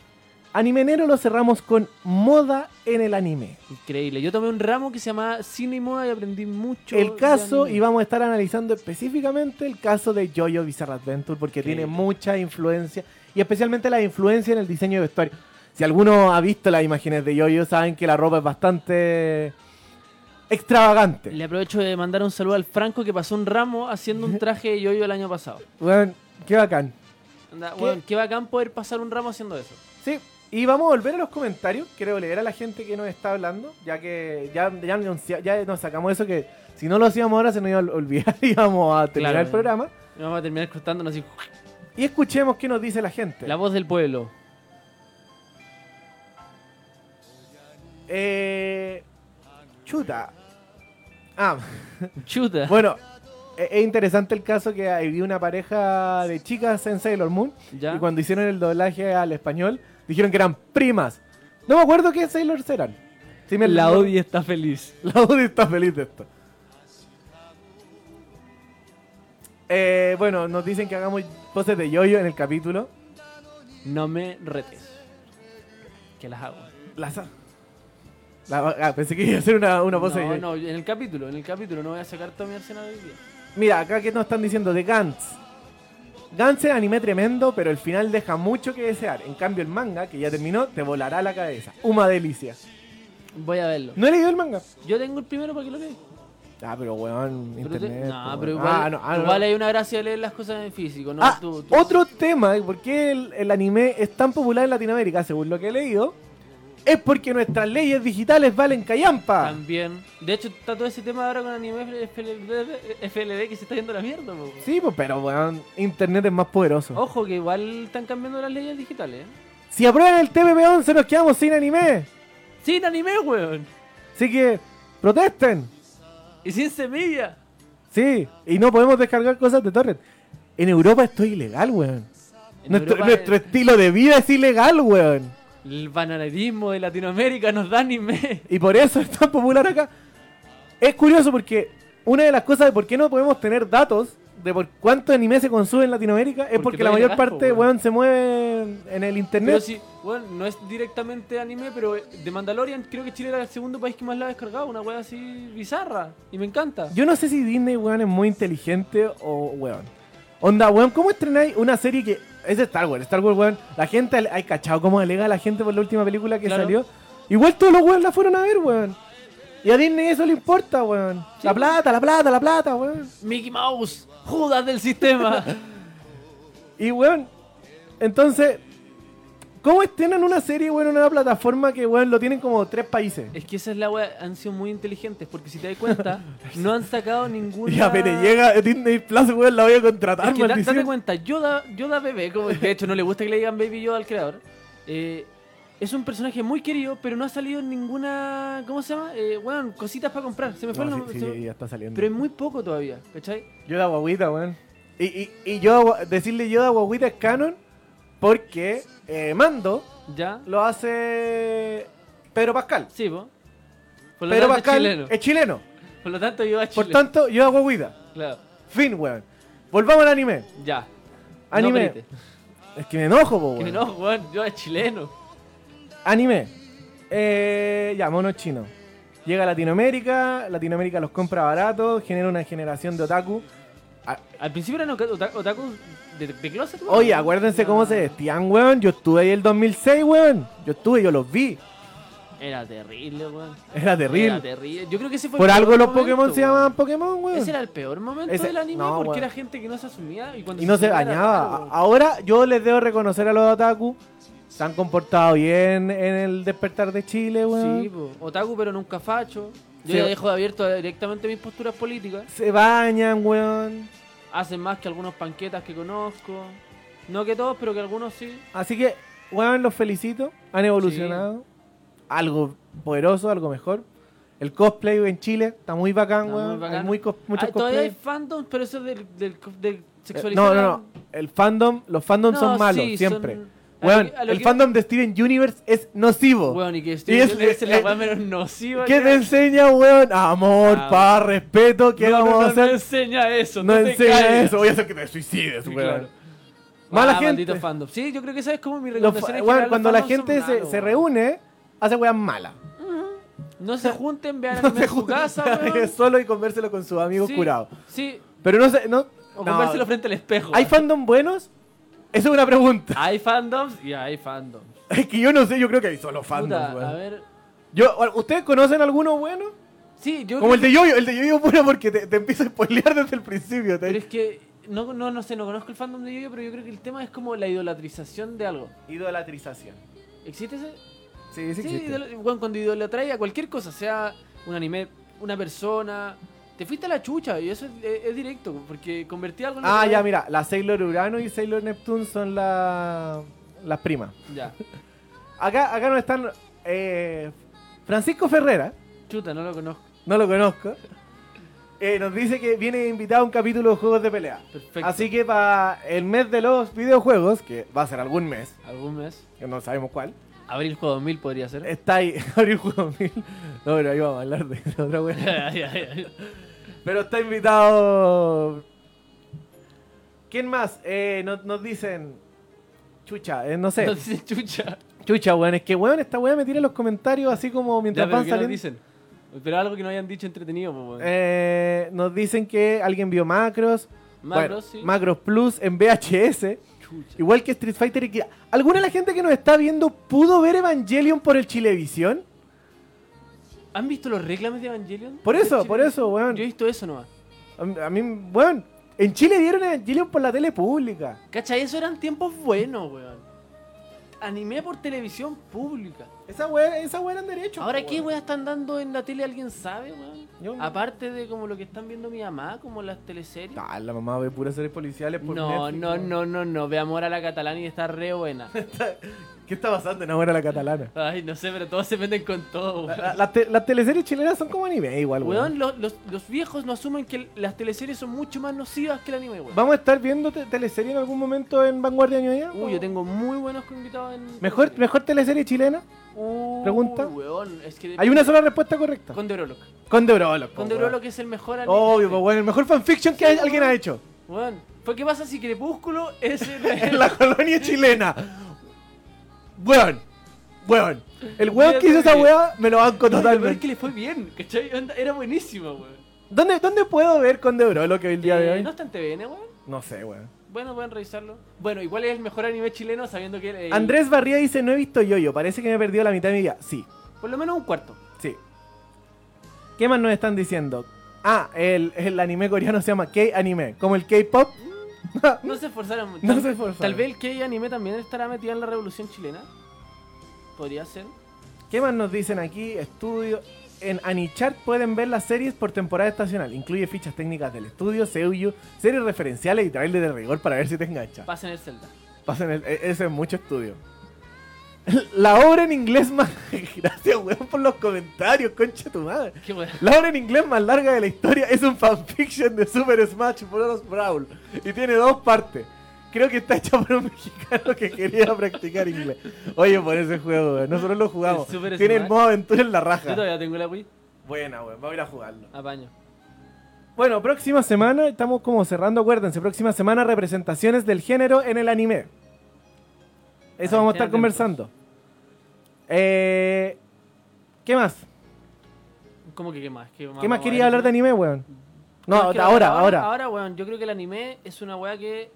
[SPEAKER 2] Animenero lo cerramos con moda en el anime.
[SPEAKER 1] Increíble. Yo tomé un ramo que se llamaba Cine y Moda y aprendí mucho.
[SPEAKER 2] el
[SPEAKER 1] de
[SPEAKER 2] caso,
[SPEAKER 1] anime.
[SPEAKER 2] y vamos a estar analizando específicamente el caso de Jojo Bizarre Adventure, porque
[SPEAKER 1] Increíble.
[SPEAKER 2] tiene mucha influencia, y especialmente la influencia en el diseño de vestuario. Si alguno ha visto las imágenes de Jojo, saben que la ropa es bastante extravagante.
[SPEAKER 1] Le aprovecho de mandar un saludo al Franco que pasó un ramo
[SPEAKER 2] [laughs]
[SPEAKER 1] haciendo un traje de yoyo el año pasado.
[SPEAKER 2] Weón, qué bacán.
[SPEAKER 1] Anda,
[SPEAKER 2] ¿Qué?
[SPEAKER 1] weón, qué bacán poder pasar un ramo haciendo eso.
[SPEAKER 2] Sí, y vamos a volver a los comentarios. Quiero leer a la gente que nos está hablando, ya que ya, ya, anuncia- ya nos sacamos eso que si no lo hacíamos ahora se nos iba a ol- olvidar [laughs] y íbamos a terminar
[SPEAKER 1] Claro.
[SPEAKER 2] el programa.
[SPEAKER 1] Y Vamos a terminar cruzándonos así.
[SPEAKER 2] Y escuchemos qué nos dice la gente.
[SPEAKER 1] La voz del pueblo.
[SPEAKER 2] Eh, chuta. Ah, [laughs]
[SPEAKER 1] Chuta.
[SPEAKER 2] bueno, e- es interesante el caso que había una pareja de chicas en Sailor Moon
[SPEAKER 1] Ya.
[SPEAKER 2] y cuando hicieron el doblaje al español dijeron que eran primas. No me acuerdo qué Sailors eran. Sí me-
[SPEAKER 1] La Odi está feliz.
[SPEAKER 2] [laughs] La Odi está feliz de esto. Eh, bueno, nos dicen que hagamos poses de yoyo en el capítulo.
[SPEAKER 1] No me retes. Que las hago.
[SPEAKER 2] Las ha- La- ah, pensé que iba a hacer una, una pose de
[SPEAKER 1] no,
[SPEAKER 2] yo-yo.
[SPEAKER 1] no, en el capítulo, en el capítulo. No voy a sacar todo mi arsenal hoy día.
[SPEAKER 2] Mira, acá que nos están diciendo de Gantz. Gantz es anime tremendo, pero el final deja mucho que desear. En cambio, el manga, que ya terminó, te volará la cabeza. Una delicia.
[SPEAKER 1] Voy a verlo.
[SPEAKER 2] No he leído el manga.
[SPEAKER 1] Yo tengo el primero para que lo leas.
[SPEAKER 2] Ah, pero weón,
[SPEAKER 1] Pero te-
[SPEAKER 2] internet.
[SPEAKER 1] No,
[SPEAKER 2] po,
[SPEAKER 1] pero
[SPEAKER 2] weón.
[SPEAKER 1] igual,
[SPEAKER 2] Ah, no, ah, no.
[SPEAKER 1] igual hay una gracia de leer las cosas en físico. ¿no?
[SPEAKER 2] Ah,
[SPEAKER 1] Tú- tú-
[SPEAKER 2] otro tema, ¿por qué el, el anime es tan popular en Latinoamérica, según lo que he leído? Es porque nuestras leyes digitales valen callampa.
[SPEAKER 1] También. De hecho, está todo ese tema ahora con anime FLD, FLD que se está yendo a la mierda. po.
[SPEAKER 2] Sí, pues, pero weón, internet es más poderoso.
[SPEAKER 1] Ojo, que igual están cambiando las leyes digitales. ¿eh?
[SPEAKER 2] Si aprueban el TPP-11 nos quedamos sin anime.
[SPEAKER 1] Sin anime, weón.
[SPEAKER 2] Así que, protesten.
[SPEAKER 1] Y sin semilla.
[SPEAKER 2] Sí, y no podemos descargar cosas de torrent. En Europa esto es ilegal, weón.
[SPEAKER 1] En
[SPEAKER 2] Nuestro,
[SPEAKER 1] Europa,
[SPEAKER 2] nuestro estilo de vida es ilegal, weón.
[SPEAKER 1] El bananadismo de Latinoamérica nos da anime.
[SPEAKER 2] Y por eso [laughs] es tan popular acá. Es curioso porque una de las cosas de por qué no podemos tener datos de por cuánto anime se consume en Latinoamérica es
[SPEAKER 1] Porque
[SPEAKER 2] porque,
[SPEAKER 1] no
[SPEAKER 2] la
[SPEAKER 1] hay
[SPEAKER 2] mayor
[SPEAKER 1] gasto,
[SPEAKER 2] parte,
[SPEAKER 1] weón.
[SPEAKER 2] weón. se mueve en- en el
[SPEAKER 1] Pero
[SPEAKER 2] internet.
[SPEAKER 1] sí, bueno, no es directamente anime, pero eh, de Mandalorian creo que Chile era el segundo país que más la ha descargado. Una wea así bizarra. Y me encanta.
[SPEAKER 2] Yo no sé si Disney, weón, es muy inteligente o, weón. Onda, weón, ¿cómo estrenáis una serie que es de Star Wars? Star Wars, weón, la gente, al- ay, cachado, cómo alega la gente por la última película que
[SPEAKER 1] Claro.
[SPEAKER 2] salió. Igual todos los weón la fueron a ver, weón. Y a Disney eso le importa, weón. La plata, la plata, la plata, weón.
[SPEAKER 1] Mickey Mouse, Judas del
[SPEAKER 2] [laughs]
[SPEAKER 1] sistema.
[SPEAKER 2] Y, weón, entonces, ¿cómo estrenan una serie, weón, en una plataforma que, weón, lo tienen como tres países?
[SPEAKER 1] es que esa es la wea. Han sido muy inteligentes porque si te das cuenta, no han sacado
[SPEAKER 2] [laughs]
[SPEAKER 1] ninguna.
[SPEAKER 2] Y apenas llega Disney Plus, weón, la voy a contratar,
[SPEAKER 1] Es que da- date
[SPEAKER 2] maldición.
[SPEAKER 1] cuenta, Yoda, Yoda bebé, como de hecho no le gusta que le digan Baby Yoda al creador. eh, es un personaje muy querido, pero no ha salido en ninguna. ¿Cómo se llama? Eh, weón, cositas para comprar. Se me fue el
[SPEAKER 2] No,
[SPEAKER 1] nombre,
[SPEAKER 2] sí,
[SPEAKER 1] se
[SPEAKER 2] sí,
[SPEAKER 1] me-
[SPEAKER 2] ya está saliendo.
[SPEAKER 1] Pero es muy poco todavía, ¿cachai?
[SPEAKER 2] Yoda guaguita, weón. Y, y, y yo decirle Yoda guaguita es canon porque eh, Mando
[SPEAKER 1] ¿Ya?
[SPEAKER 2] lo hace Pedro Pascal.
[SPEAKER 1] Sí, po. Por lo
[SPEAKER 2] Pedro
[SPEAKER 1] tanto,
[SPEAKER 2] Pascal
[SPEAKER 1] es chileno.
[SPEAKER 2] es chileno.
[SPEAKER 1] Por lo tanto, Yoda es
[SPEAKER 2] eh, Por
[SPEAKER 1] chileno.
[SPEAKER 2] tanto, Yoda guaguita.
[SPEAKER 1] Claro,
[SPEAKER 2] Fin, weón. Volvamos al anime.
[SPEAKER 1] ya.
[SPEAKER 2] Anime.
[SPEAKER 1] No, grite.
[SPEAKER 2] Es que me enojo, po,
[SPEAKER 1] que
[SPEAKER 2] weón.
[SPEAKER 1] no, weón, Yoda es chileno.
[SPEAKER 2] Anime. Eh, ya, mono chino. Llega a Latinoamérica, Latinoamérica los compra baratos, genera una generación de otaku.
[SPEAKER 1] Al principio eran oka- ota- otakus de, de closet, weón.
[SPEAKER 2] Oye, acuérdense cómo se vestían, weón. Yo estuve ahí el 2006, weón. Yo estuve, yo los vi.
[SPEAKER 1] Era terrible, weón.
[SPEAKER 2] Era terrible.
[SPEAKER 1] Era terrible. Yo creo que ese fue el
[SPEAKER 2] Por
[SPEAKER 1] peor
[SPEAKER 2] algo los
[SPEAKER 1] momento,
[SPEAKER 2] Pokémon se
[SPEAKER 1] weón.
[SPEAKER 2] llamaban Pokémon, weón.
[SPEAKER 1] Ese era el peor momento
[SPEAKER 2] Ese-
[SPEAKER 1] del anime
[SPEAKER 2] no,
[SPEAKER 1] porque
[SPEAKER 2] weón.
[SPEAKER 1] era gente que no se asumía y, cuando
[SPEAKER 2] Y no se
[SPEAKER 1] asumía era
[SPEAKER 2] bañaba.
[SPEAKER 1] raro,
[SPEAKER 2] A- Ahora yo les debo reconocer a los otaku. Se han comportado bien en el despertar de Chile,
[SPEAKER 1] weón.
[SPEAKER 2] weón.
[SPEAKER 1] Sí, po. Otaku, pero nunca facho. Yo
[SPEAKER 2] Ah, Sí.
[SPEAKER 1] ya dejo abierto directamente mis posturas políticas.
[SPEAKER 2] Se bañan, weón.
[SPEAKER 1] Hacen más que algunos panquetas que conozco. No que todos, pero que algunos sí.
[SPEAKER 2] Así que, weón, los felicito. Han evolucionado. Algo poderoso, algo mejor. El cosplay en Chile está muy bacán,
[SPEAKER 1] Está
[SPEAKER 2] weón.
[SPEAKER 1] muy bacán.
[SPEAKER 2] Ah, Hay muy cos- muchos
[SPEAKER 1] Ah, Todavía hay
[SPEAKER 2] cosplay.
[SPEAKER 1] fandoms, pero eso del, del, del
[SPEAKER 2] Eh, No,
[SPEAKER 1] sexualizar.
[SPEAKER 2] no, no. El fandom, los fandoms
[SPEAKER 1] No,
[SPEAKER 2] son malos,
[SPEAKER 1] sí,
[SPEAKER 2] siempre.
[SPEAKER 1] son- a
[SPEAKER 2] Weón,
[SPEAKER 1] lo que- a lo
[SPEAKER 2] el
[SPEAKER 1] que-
[SPEAKER 2] fandom de Steven Universe es nocivo.
[SPEAKER 1] Weón, y que
[SPEAKER 2] Y
[SPEAKER 1] Steven
[SPEAKER 2] es-
[SPEAKER 1] Universe es la
[SPEAKER 2] eh,
[SPEAKER 1] weá menos nociva.
[SPEAKER 2] ¿Qué
[SPEAKER 1] que
[SPEAKER 2] te
[SPEAKER 1] hay.
[SPEAKER 2] enseña, weón? Amor,
[SPEAKER 1] Ah,
[SPEAKER 2] paz, respeto. ¿Qué
[SPEAKER 1] No,
[SPEAKER 2] vamos
[SPEAKER 1] no,
[SPEAKER 2] a
[SPEAKER 1] no,
[SPEAKER 2] hacer?
[SPEAKER 1] No enseña eso.
[SPEAKER 2] No
[SPEAKER 1] te
[SPEAKER 2] enseña
[SPEAKER 1] calles.
[SPEAKER 2] eso, voy a hacer que te suicides,
[SPEAKER 1] [laughs] Sí,
[SPEAKER 2] weón.
[SPEAKER 1] claro.
[SPEAKER 2] Mala
[SPEAKER 1] Ah, maldito
[SPEAKER 2] gente.
[SPEAKER 1] fandom. Sí, yo creo que esa es como mi
[SPEAKER 2] Los
[SPEAKER 1] recomendación.
[SPEAKER 2] fa-
[SPEAKER 1] en
[SPEAKER 2] weón,
[SPEAKER 1] general,
[SPEAKER 2] cuando
[SPEAKER 1] los
[SPEAKER 2] la
[SPEAKER 1] fandoms
[SPEAKER 2] gente
[SPEAKER 1] son
[SPEAKER 2] se,
[SPEAKER 1] malos,
[SPEAKER 2] se
[SPEAKER 1] weón.
[SPEAKER 2] reúne, hace weas malas. [laughs]
[SPEAKER 1] No se junten, vean [laughs] anime en su casa,
[SPEAKER 2] Ríe [laughs]
[SPEAKER 1] weón.
[SPEAKER 2] solo y convérselo con sus amigos
[SPEAKER 1] Sí,
[SPEAKER 2] curados.
[SPEAKER 1] Sí,
[SPEAKER 2] Pero no sé, no. no.
[SPEAKER 1] o convérselo frente al espejo.
[SPEAKER 2] ¿Hay
[SPEAKER 1] weón.
[SPEAKER 2] fandom buenos? Esa es una
[SPEAKER 1] [laughs]
[SPEAKER 2] pregunta.
[SPEAKER 1] Hay fandoms y hay fandoms.
[SPEAKER 2] Es que yo no sé, yo creo que hay solo fandoms,
[SPEAKER 1] Puta, a
[SPEAKER 2] weón.
[SPEAKER 1] ver.
[SPEAKER 2] Yo, ¿Ustedes conocen alguno bueno?
[SPEAKER 1] Sí, yo
[SPEAKER 2] Como el
[SPEAKER 1] creo
[SPEAKER 2] de Yoyo, el de Yoyo bueno porque te, te empieza a spoilear desde el principio.
[SPEAKER 1] que- Pero
[SPEAKER 2] Te...
[SPEAKER 1] es que no, no, no sé, no conozco el fandom de yo pero yo creo que el tema es como la idolatrización de algo.
[SPEAKER 2] Idolatrización.
[SPEAKER 1] ¿Existe ese?
[SPEAKER 2] Sí, sí,
[SPEAKER 1] Sí,
[SPEAKER 2] existe.
[SPEAKER 1] idol- weón, cuando idolatráis a cualquier cosa, sea un anime, una persona, te fuiste a la chucha y eso es, es- es directo, porque convertí algo en lo
[SPEAKER 2] Ah,
[SPEAKER 1] que no
[SPEAKER 2] ya,
[SPEAKER 1] es.
[SPEAKER 2] mira, la Sailor Urano y Sailor Neptune son la- las primas.
[SPEAKER 1] Ya,
[SPEAKER 2] Acá, acá nos están. eh, Francisco Ferrera,
[SPEAKER 1] chuta, no lo conozco.
[SPEAKER 2] no lo conozco, eh, nos dice que viene invitado a un capítulo de juegos de pelea.
[SPEAKER 1] Perfecto.
[SPEAKER 2] Así que para el mes de los videojuegos, que va a ser algún mes,
[SPEAKER 1] ¿Algún mes?
[SPEAKER 2] que no sabemos cuál,
[SPEAKER 1] Abril juego 2000 podría [laughs] ser.
[SPEAKER 2] está ahí [laughs] Abril Juego Mil. No, pero ahí vamos a hablar de [laughs] la otra wea. Pero está invitado. ¿Quién más? Eh, no- nos dicen. Chucha, eh, no sé.
[SPEAKER 1] [laughs] No dicen chucha.
[SPEAKER 2] Chucha, weón, es que weón, esta weá me tira los comentarios así como
[SPEAKER 1] Ya,
[SPEAKER 2] mientras
[SPEAKER 1] pero
[SPEAKER 2] van
[SPEAKER 1] ¿qué nos
[SPEAKER 2] saliendo.
[SPEAKER 1] dicen? Pero algo que no hayan dicho entretenido, po, weón.
[SPEAKER 2] Eh, nos dicen que alguien vio Macros.
[SPEAKER 1] Macros,
[SPEAKER 2] bueno,
[SPEAKER 1] sí.
[SPEAKER 2] Macros Plus en VHS.
[SPEAKER 1] Chucha.
[SPEAKER 2] Igual que Street Fighter y que- ¿Alguna de la gente que nos está viendo pudo ver Evangelion por el Chilevisión?
[SPEAKER 1] ¿Han visto los reclames de Evangelion?
[SPEAKER 2] Por eso,
[SPEAKER 1] Chile-
[SPEAKER 2] por eso, weón.
[SPEAKER 1] Yo he visto eso nomás.
[SPEAKER 2] A, a mí, weón. En Chile vieron Evangelion por la tele pública.
[SPEAKER 1] ¿Cachai? Eso eran tiempos buenos, weón. Anime por televisión pública.
[SPEAKER 2] Esa weá, esa weá eran derechos.
[SPEAKER 1] Ahora,
[SPEAKER 2] po,
[SPEAKER 1] ¿qué
[SPEAKER 2] weón.
[SPEAKER 1] weá están dando en la tele? ¿Alguien sabe, weón?
[SPEAKER 2] Yo-
[SPEAKER 1] Aparte de como lo que están viendo mi mamá, como las teleseries.
[SPEAKER 2] Ah, la mamá ve puras series policiales por
[SPEAKER 1] No,
[SPEAKER 2] Netflix,
[SPEAKER 1] no,
[SPEAKER 2] weón.
[SPEAKER 1] no, no, no. Ve Amor a la Catalana y está
[SPEAKER 2] [laughs]
[SPEAKER 1] re buena.
[SPEAKER 2] ¿Qué está pasando en Ahora la Catalana?
[SPEAKER 1] Ay, no sé, pero todos se meten con todo,
[SPEAKER 2] La-
[SPEAKER 1] weón.
[SPEAKER 2] la- las te- las teleseries chilenas son como anime igual, weón.
[SPEAKER 1] Weón, los, los- los viejos no asumen que las teleseries son mucho más nocivas que el anime, weón.
[SPEAKER 2] ¿Vamos a estar viendo te- teleserie en algún momento en Vanguardia Ñoña?
[SPEAKER 1] Uy, yo tengo muy buenos invitados en.
[SPEAKER 2] ¿Mejor,
[SPEAKER 1] Uy,
[SPEAKER 2] ¿Mejor teleserie chilena? pregunta.
[SPEAKER 1] weón, es que
[SPEAKER 2] Hay una sola respuesta correcta.
[SPEAKER 1] Con Deurolog.
[SPEAKER 2] Con Debrolo.
[SPEAKER 1] Con Deurolog es el mejor anime.
[SPEAKER 2] Obvio, pues bueno, el mejor fanfiction que
[SPEAKER 1] Sí,
[SPEAKER 2] hay- alguien
[SPEAKER 1] weón.
[SPEAKER 2] ha hecho.
[SPEAKER 1] Weón, ¿por qué pasa si Crepúsculo es
[SPEAKER 2] [laughs]
[SPEAKER 1] el.
[SPEAKER 2] En la colonia chilena. Weón. Weón. El weón que hizo esa weá me lo banco
[SPEAKER 1] Pero
[SPEAKER 2] Pues
[SPEAKER 1] lo peor es
[SPEAKER 2] totalmente.
[SPEAKER 1] que le fue bien, ¿cachai? Onda, Era buenísimo, weón.
[SPEAKER 2] ¿Dónde, ¿Dónde puedo ver con Debrolo que el día de
[SPEAKER 1] Eh,
[SPEAKER 2] hoy?
[SPEAKER 1] No está en TVN, weón.
[SPEAKER 2] No sé, weón.
[SPEAKER 1] Bueno, pueden revisarlo. Bueno, igual es el mejor anime chileno sabiendo que. eh, el-
[SPEAKER 2] Andrés Barría dice, no he visto Yoyo, parece que me he perdido la mitad de mi vida. Sí,
[SPEAKER 1] Por lo menos un cuarto.
[SPEAKER 2] sí. ¿Qué más nos están diciendo? Ah, el, el anime coreano se llama K-anime, como el K-pop.
[SPEAKER 1] No se esforzaron mucho.
[SPEAKER 2] No se esforzaron.
[SPEAKER 1] Tal vez el que anime también estará metido en la revolución chilena. Podría ser.
[SPEAKER 2] ¿Qué más nos dicen aquí? Estudio. En Anichart pueden ver las series por temporada estacional. Incluye fichas técnicas del estudio, Seiyu, series referenciales y trailers de rigor para ver si te engancha.
[SPEAKER 1] Pasen el Zelda. [laughs]
[SPEAKER 2] Pasen el- e- eso es mucho estudio. [laughs] La obra en inglés más. [laughs] Gracias, weón, por los comentarios, concha tu madre.
[SPEAKER 1] Qué weón.
[SPEAKER 2] La obra en inglés más larga de la historia es un fanfiction de Super Smash Bros. Brawl y tiene dos partes. Creo que está hecha por un mexicano que quería practicar inglés. Oye, por ese juego, weón. Nosotros lo jugamos.
[SPEAKER 1] El Super
[SPEAKER 2] Tiene el
[SPEAKER 1] Smash.
[SPEAKER 2] modo aventura en la
[SPEAKER 1] Yo
[SPEAKER 2] raja.
[SPEAKER 1] todavía tengo la Wii.
[SPEAKER 2] Buena, weón. Vamos a ir a jugarlo.
[SPEAKER 1] Apaño.
[SPEAKER 2] Bueno, próxima semana, estamos como cerrando, acuérdense. Próxima semana, representaciones del género en el anime. Eso
[SPEAKER 1] Ahí
[SPEAKER 2] vamos a
[SPEAKER 1] estén
[SPEAKER 2] estar conversando. Eh, ¿Qué más?
[SPEAKER 1] ¿Cómo que qué más? ¿Qué más,
[SPEAKER 2] ¿Qué
[SPEAKER 1] vamos
[SPEAKER 2] más
[SPEAKER 1] a
[SPEAKER 2] quería hablar de
[SPEAKER 1] anime?
[SPEAKER 2] anime, weón? No,
[SPEAKER 1] No, es que
[SPEAKER 2] ahora, ahora.
[SPEAKER 1] Ahora, weón, yo creo que el anime es una weá que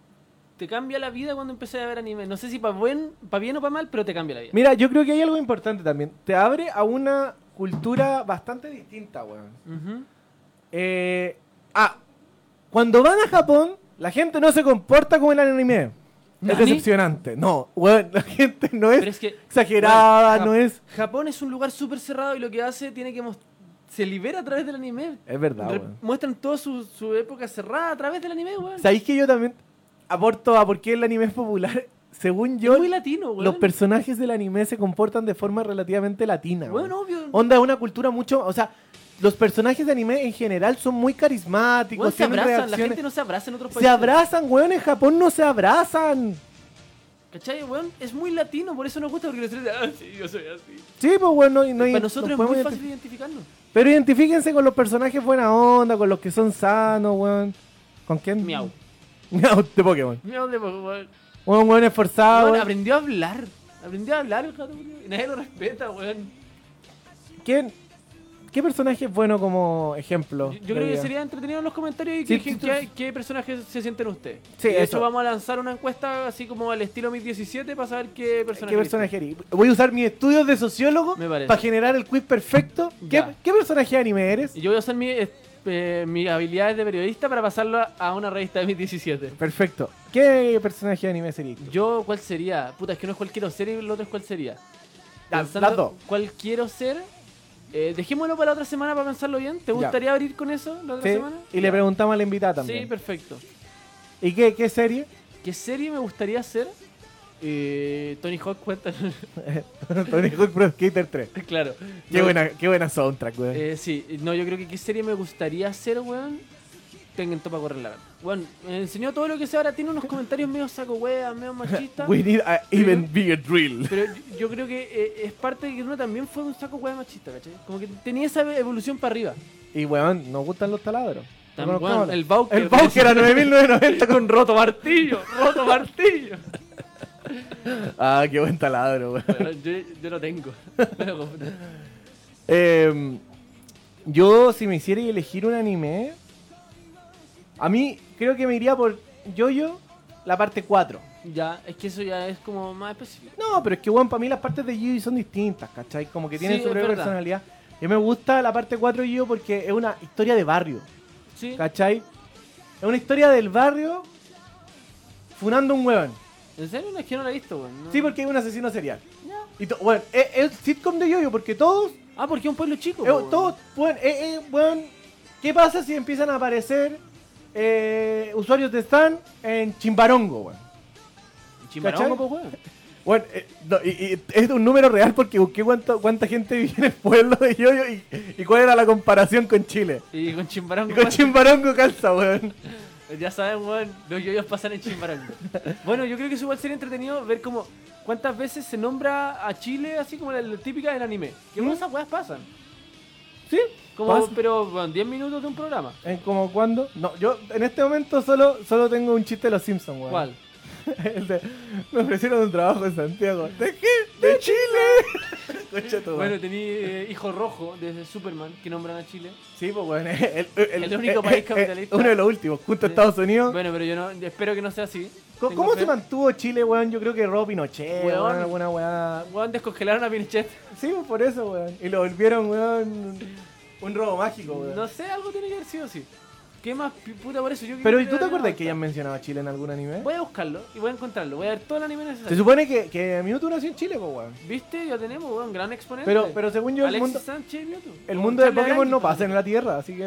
[SPEAKER 1] te cambia la vida cuando empecé a ver anime. No sé si para buen, para bien o para mal, pero te cambia la vida.
[SPEAKER 2] Mira, yo creo que hay algo importante también. Te abre a una cultura bastante distinta, weón.
[SPEAKER 1] Ujú.
[SPEAKER 2] Eh, ah, cuando van a Japón, la gente no se comporta como en el anime. Es
[SPEAKER 1] ¿Nani?
[SPEAKER 2] decepcionante. No, weón, la gente no es,
[SPEAKER 1] Pero es que
[SPEAKER 2] exagerada,
[SPEAKER 1] weón,
[SPEAKER 2] no
[SPEAKER 1] Jap-
[SPEAKER 2] es...
[SPEAKER 1] Japón es un lugar súper cerrado y lo que hace tiene que mos- se libera a través del anime.
[SPEAKER 2] Es verdad,
[SPEAKER 1] Re-
[SPEAKER 2] weón.
[SPEAKER 1] Muestran toda su, su época cerrada a través del anime, weón.
[SPEAKER 2] ¿Sabéis que yo también aporto a por qué el anime es popular? Según yo,
[SPEAKER 1] es muy latino, weón.
[SPEAKER 2] los personajes del anime se comportan de forma relativamente latina. weón.
[SPEAKER 1] Weón, obvio.
[SPEAKER 2] Onda es una cultura mucho, o sea, los personajes de anime en general son muy carismáticos,
[SPEAKER 1] Weón, se
[SPEAKER 2] tienen
[SPEAKER 1] abrazan, la
[SPEAKER 2] reacciones.
[SPEAKER 1] gente no se abraza en otros
[SPEAKER 2] Se
[SPEAKER 1] países.
[SPEAKER 2] abrazan, weón, en Japón no se abrazan.
[SPEAKER 1] ¿Cachai, weón? Es muy latino, por eso nos gusta, porque nosotros, ah, sí, yo soy así.
[SPEAKER 2] Sí, pues weón, no, no-
[SPEAKER 1] para
[SPEAKER 2] nos
[SPEAKER 1] nosotros es
[SPEAKER 2] podemos
[SPEAKER 1] muy
[SPEAKER 2] identificar.
[SPEAKER 1] fácil identificarnos.
[SPEAKER 2] Pero identifíquense con los personajes buena onda, con los que son sanos, weón. ¿Con quién?
[SPEAKER 1] Miau.
[SPEAKER 2] [laughs] Miau de Pokémon.
[SPEAKER 1] Mira dónde, po- weón.
[SPEAKER 2] Un weón esforzado.
[SPEAKER 1] Weón,
[SPEAKER 2] Ah, weón.
[SPEAKER 1] aprendió a hablar. Aprendió a hablar el gato, culiao, y nadie lo respeta, weón.
[SPEAKER 2] ¿Quién- ¿Qué personaje es bueno como ejemplo?
[SPEAKER 1] Yo, yo creo que
[SPEAKER 2] Diría.
[SPEAKER 1] sería entretenido en los comentarios y
[SPEAKER 2] Sí,
[SPEAKER 1] que, que-
[SPEAKER 2] sí, tú-
[SPEAKER 1] qué- qué personajes se sienten ustedes.
[SPEAKER 2] Sí,
[SPEAKER 1] Y de
[SPEAKER 2] eso.
[SPEAKER 1] hecho vamos a lanzar una encuesta así como al estilo Mid 17 para saber qué personaje.
[SPEAKER 2] ¿Qué personaje eres? Voy a usar mis estudios de sociólogo
[SPEAKER 1] Me parece.
[SPEAKER 2] para generar el quiz perfecto. ¿Qué,
[SPEAKER 1] Ya.
[SPEAKER 2] qué personaje de anime eres?
[SPEAKER 1] Y yo voy a usar mi, eh, eh, mis habilidades de periodista para pasarlo a, a una revista de Mid 17.
[SPEAKER 2] Perfecto. ¿Qué personaje de anime serías? tú?
[SPEAKER 1] Yo, ¿cuál sería? Puta, es que uno es cualquier ser y el otro es cuál sería.
[SPEAKER 2] Ya,
[SPEAKER 1] Pensando
[SPEAKER 2] las dos.
[SPEAKER 1] ¿Cuál quiero ser? Eh, dejémoslo para la otra semana para pensarlo bien.
[SPEAKER 2] Ya.
[SPEAKER 1] ¿Te gustaría abrir con eso la otra
[SPEAKER 2] Sí,
[SPEAKER 1] semana?
[SPEAKER 2] Y le
[SPEAKER 1] Ya.
[SPEAKER 2] preguntamos a la invitada también.
[SPEAKER 1] Sí, perfecto.
[SPEAKER 2] ¿Y qué, qué serie?
[SPEAKER 1] [laughs]
[SPEAKER 2] [laughs]
[SPEAKER 1] ¿Qué serie me gustaría hacer? Eh, Tony Hawk cuenta.
[SPEAKER 2] Tony Hawk Pro Skater 3.
[SPEAKER 1] [laughs] claro.
[SPEAKER 2] Qué
[SPEAKER 1] No,
[SPEAKER 2] buena, qué buena soundtrack, weón.
[SPEAKER 1] eh, sí, no, yo creo que qué serie me gustaría hacer, weón. Tengan topa correr la gana. Bueno, me enseñó todo lo que sé ahora. Tiene unos comentarios medio saco weas, medio machistas.
[SPEAKER 2] We need a even bigger drill.
[SPEAKER 1] Pero yo- yo creo que eh, es parte de que uno también fue un saco hueá machista, ¿cachai? Como que tenía esa evolución para arriba.
[SPEAKER 2] Y weón, nos gustan los taladros.
[SPEAKER 1] Tan-
[SPEAKER 2] No
[SPEAKER 1] weón,
[SPEAKER 2] conozcamos.
[SPEAKER 1] el Bauker.
[SPEAKER 2] El Bauker a
[SPEAKER 1] [laughs]
[SPEAKER 2] 9990 con roto.
[SPEAKER 1] Roto martillo, roto martillo.
[SPEAKER 2] Ah, qué buen taladro, weón.
[SPEAKER 1] Bueno, yo, yo lo tengo. [laughs] Me lo compré.
[SPEAKER 2] Eh, yo, si me hiciera elegir un anime, a mí creo que me iría por Yoyo, la parte 4.
[SPEAKER 1] ya, es que eso ya es como más específico.
[SPEAKER 2] No, pero es que, weón, para mí las partes de Yoyo son distintas, ¿cachai? Como que tienen
[SPEAKER 1] Sí,
[SPEAKER 2] su
[SPEAKER 1] es
[SPEAKER 2] propia
[SPEAKER 1] verdad.
[SPEAKER 2] personalidad. Yo me gusta la parte 4 de Yoyo porque es una historia de barrio.
[SPEAKER 1] Sí,
[SPEAKER 2] ¿Cachai? Es una historia del barrio funando un huevón.
[SPEAKER 1] en serio no es que no la he visto, weón. no.
[SPEAKER 2] Sí, porque es un asesino serial.
[SPEAKER 1] Ya.
[SPEAKER 2] Y to- bueno, es, es sitcom de yoyo porque todos,
[SPEAKER 1] Ah, porque es un pueblo chico.
[SPEAKER 2] eh,
[SPEAKER 1] weón.
[SPEAKER 2] todos, bueno, eh, eh, bueno, ¿qué pasa si empiezan a aparecer eh, usuarios de Stan en Chimbarongo, weón?
[SPEAKER 1] Chimbarongo,
[SPEAKER 2] ¿cachai?
[SPEAKER 1] po, weón.
[SPEAKER 2] Bueno, eh, no, y, y es un número real porque busqué cuánto- cuánta gente vive en el pueblo de yoyo y, y cuál era la comparación con Chile.
[SPEAKER 1] Y con Chimbarongo.
[SPEAKER 2] Y con
[SPEAKER 1] weón,
[SPEAKER 2] Chimbarongo calza, weón.
[SPEAKER 1] Ya saben, weón, los yoyos pasan en Chimbarongo. bueno, yo creo que eso igual sería entretenido ver como cuántas veces se nombra a Chile así como la, la típica del anime. Que
[SPEAKER 2] ¿Mm?
[SPEAKER 1] esas weas pasan.
[SPEAKER 2] ¿Sí?
[SPEAKER 1] Como,
[SPEAKER 2] Pasa.
[SPEAKER 1] pero bueno, 10 minutos de un programa.
[SPEAKER 2] ¿En como cuándo? No, yo en este momento solo, solo tengo un chiste de los Simpsons, weón.
[SPEAKER 1] ¿Cuál?
[SPEAKER 2] [laughs] El de, me ofrecieron un trabajo en Santiago. ¿De qué? ¡De Chile! [laughs] Concha tu
[SPEAKER 1] Bueno,
[SPEAKER 2] madre.
[SPEAKER 1] tení eh, Hijo Rojo desde Superman, que nombran a Chile.
[SPEAKER 2] Sí, pues bueno, el, el- eh,
[SPEAKER 1] El único país capitalista.
[SPEAKER 2] Uno de los últimos, junto a
[SPEAKER 1] Sí.
[SPEAKER 2] Estados Unidos.
[SPEAKER 1] Bueno, pero yo no, espero que no sea así.
[SPEAKER 2] Co-
[SPEAKER 1] Tengo
[SPEAKER 2] Ah. ¿Cómo
[SPEAKER 1] fe.
[SPEAKER 2] se mantuvo Chile, weón? Yo creo que Rob Pinochet,
[SPEAKER 1] Weón.
[SPEAKER 2] weón, alguna weá.
[SPEAKER 1] Weón, descongelaron a Pinochet.
[SPEAKER 2] Sí, pues por eso, weón. Y lo volvieron, weón, un- un robo mágico, weón.
[SPEAKER 1] No sé, algo tiene que haber sido así. ¿Qué más pi- puta por eso? Yo
[SPEAKER 2] Pero, ¿y tú
[SPEAKER 1] quiero
[SPEAKER 2] te
[SPEAKER 1] ver la
[SPEAKER 2] acuerdas que
[SPEAKER 1] nota.
[SPEAKER 2] hayan mencionado a Chile en algún anime?
[SPEAKER 1] Voy a buscarlo y voy a encontrarlo. Voy a ver todo el anime
[SPEAKER 2] Se
[SPEAKER 1] necesario.
[SPEAKER 2] supone que, que Mewtwo nació en Chile, pues, weón.
[SPEAKER 1] ¿Viste? Ya tenemos, weón, gran exponente.
[SPEAKER 2] Pero, pero según yo, el
[SPEAKER 1] Alexis
[SPEAKER 2] mundo,
[SPEAKER 1] Sánchez y Mewtwo.
[SPEAKER 2] El
[SPEAKER 1] Como
[SPEAKER 2] mundo de
[SPEAKER 1] Charlie
[SPEAKER 2] Pokémon
[SPEAKER 1] Aranqui,
[SPEAKER 2] no
[SPEAKER 1] por
[SPEAKER 2] pasa en la Tierra, así que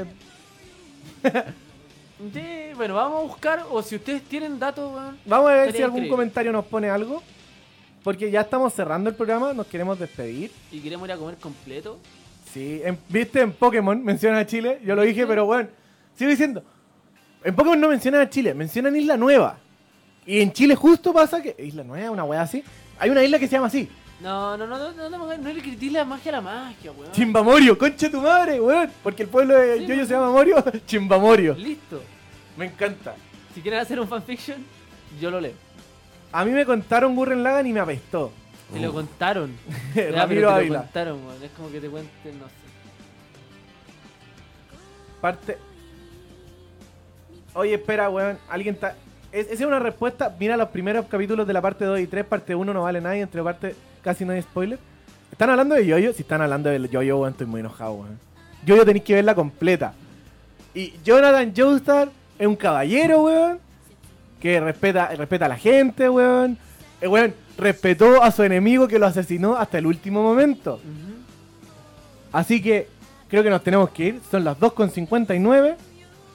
[SPEAKER 1] ejemplo. Sí, bueno, vamos a buscar, o si ustedes tienen datos, weón.
[SPEAKER 2] vamos a ver si
[SPEAKER 1] Estaría
[SPEAKER 2] algún
[SPEAKER 1] increíble.
[SPEAKER 2] comentario nos pone algo. Porque ya estamos cerrando el programa, nos queremos despedir.
[SPEAKER 1] Y queremos ir a comer completo.
[SPEAKER 2] Sí, en- viste, en Pokémon mencionan a Chile, yo lo dije, pero bueno, sigo diciendo. En Pokémon no mencionan a Chile, mencionan Isla Nueva. Y en Chile justo pasa que... Isla Nueva, una weá así. Hay una isla que se llama así.
[SPEAKER 1] No, no, no, no, no, no, no le critiques la magia a la magia, weón.
[SPEAKER 2] Chimbamorio, concha tu madre, weón. Porque el pueblo de
[SPEAKER 1] Sí,
[SPEAKER 2] Yoyo
[SPEAKER 1] weón.
[SPEAKER 2] se llama Morio. [laughs] Chimbamorio.
[SPEAKER 1] Listo.
[SPEAKER 2] Me encanta.
[SPEAKER 1] Si quieren hacer un fanfiction, yo lo leo.
[SPEAKER 2] A mí me contaron Gurren Lagan y me apestó.
[SPEAKER 1] Te
[SPEAKER 2] [laughs]
[SPEAKER 1] lo contaron. Ya, pero
[SPEAKER 2] Uh. Ramiro
[SPEAKER 1] te lo
[SPEAKER 2] Ávila.
[SPEAKER 1] contaron, weón. Es como que te cuenten, no sé.
[SPEAKER 2] Parte. Oye, espera, weón. Alguien está. Es- esa es una respuesta. Mira los primeros capítulos de la parte 2 y 3. Parte 1 no vale nadie. Entre parte casi no hay spoiler. ¿Están hablando de Yoyo? Si están hablando de Yoyo, weón, estoy muy enojado, weón. Yoyo tenéis que verla completa. Y Jonathan Joestar es un caballero, weón. Que respeta, respeta a la gente, weón. Eh, weón, respetó a su enemigo que lo asesinó hasta el último momento. Así que creo que nos tenemos que ir. Son las 2.59.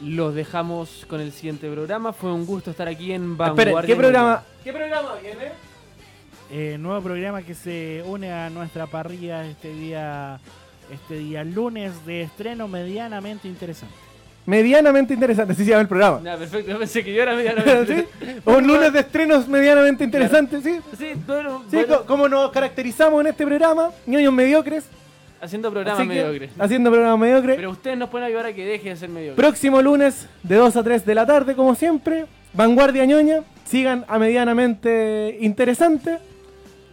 [SPEAKER 1] Los dejamos con el siguiente programa. Fue un gusto estar aquí en Vanguardia.
[SPEAKER 2] Esperen, ¿qué
[SPEAKER 1] Ñoña.
[SPEAKER 2] programa, ¿qué programa viene?
[SPEAKER 3] Eh, nuevo programa que se une a nuestra parrilla este día, este día lunes de estreno medianamente interesante.
[SPEAKER 2] Medianamente interesante, así se llama el programa.
[SPEAKER 1] Ya, perfecto. [laughs] Yo pensé que yo era media
[SPEAKER 2] [laughs] ¿Sí? Un lunes de estrenos medianamente interesante, ¿sí?
[SPEAKER 1] Sí, bueno,
[SPEAKER 2] Sí,
[SPEAKER 1] bueno,
[SPEAKER 2] co- como nos caracterizamos en este programa, ñoños mediocres.
[SPEAKER 1] haciendo programas
[SPEAKER 2] así que-
[SPEAKER 1] mediocres.
[SPEAKER 2] Haciendo programas mediocres.
[SPEAKER 1] Pero ustedes nos pueden ayudar a que deje de ser mediocre.
[SPEAKER 2] Próximo lunes de 2 a 3 de la tarde, como siempre. Vanguardia ñoña. Sigan a medianamente interesante.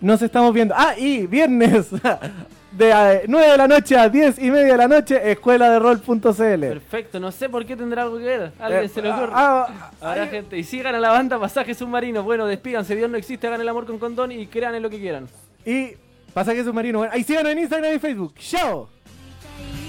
[SPEAKER 2] Nos estamos viendo. Ah, y viernes [laughs] de eh, 9 de la noche a 10 y media de la noche, escuela de rol.cl.
[SPEAKER 1] Perfecto, no sé por qué tendrá algo que ver. Alguien se lo ocurre.
[SPEAKER 2] Eh, Ah, ah,
[SPEAKER 1] Habrá
[SPEAKER 2] hay-
[SPEAKER 1] gente. Y sigan a la banda Pasaje Submarino. Bueno, despídanse. Dios no existe. Hagan el amor con condón y crean en lo que quieran.
[SPEAKER 2] y pasaje submarino. Bueno, ahí síganos en Instagram y Facebook. ¡Chao!
[SPEAKER 4] 「い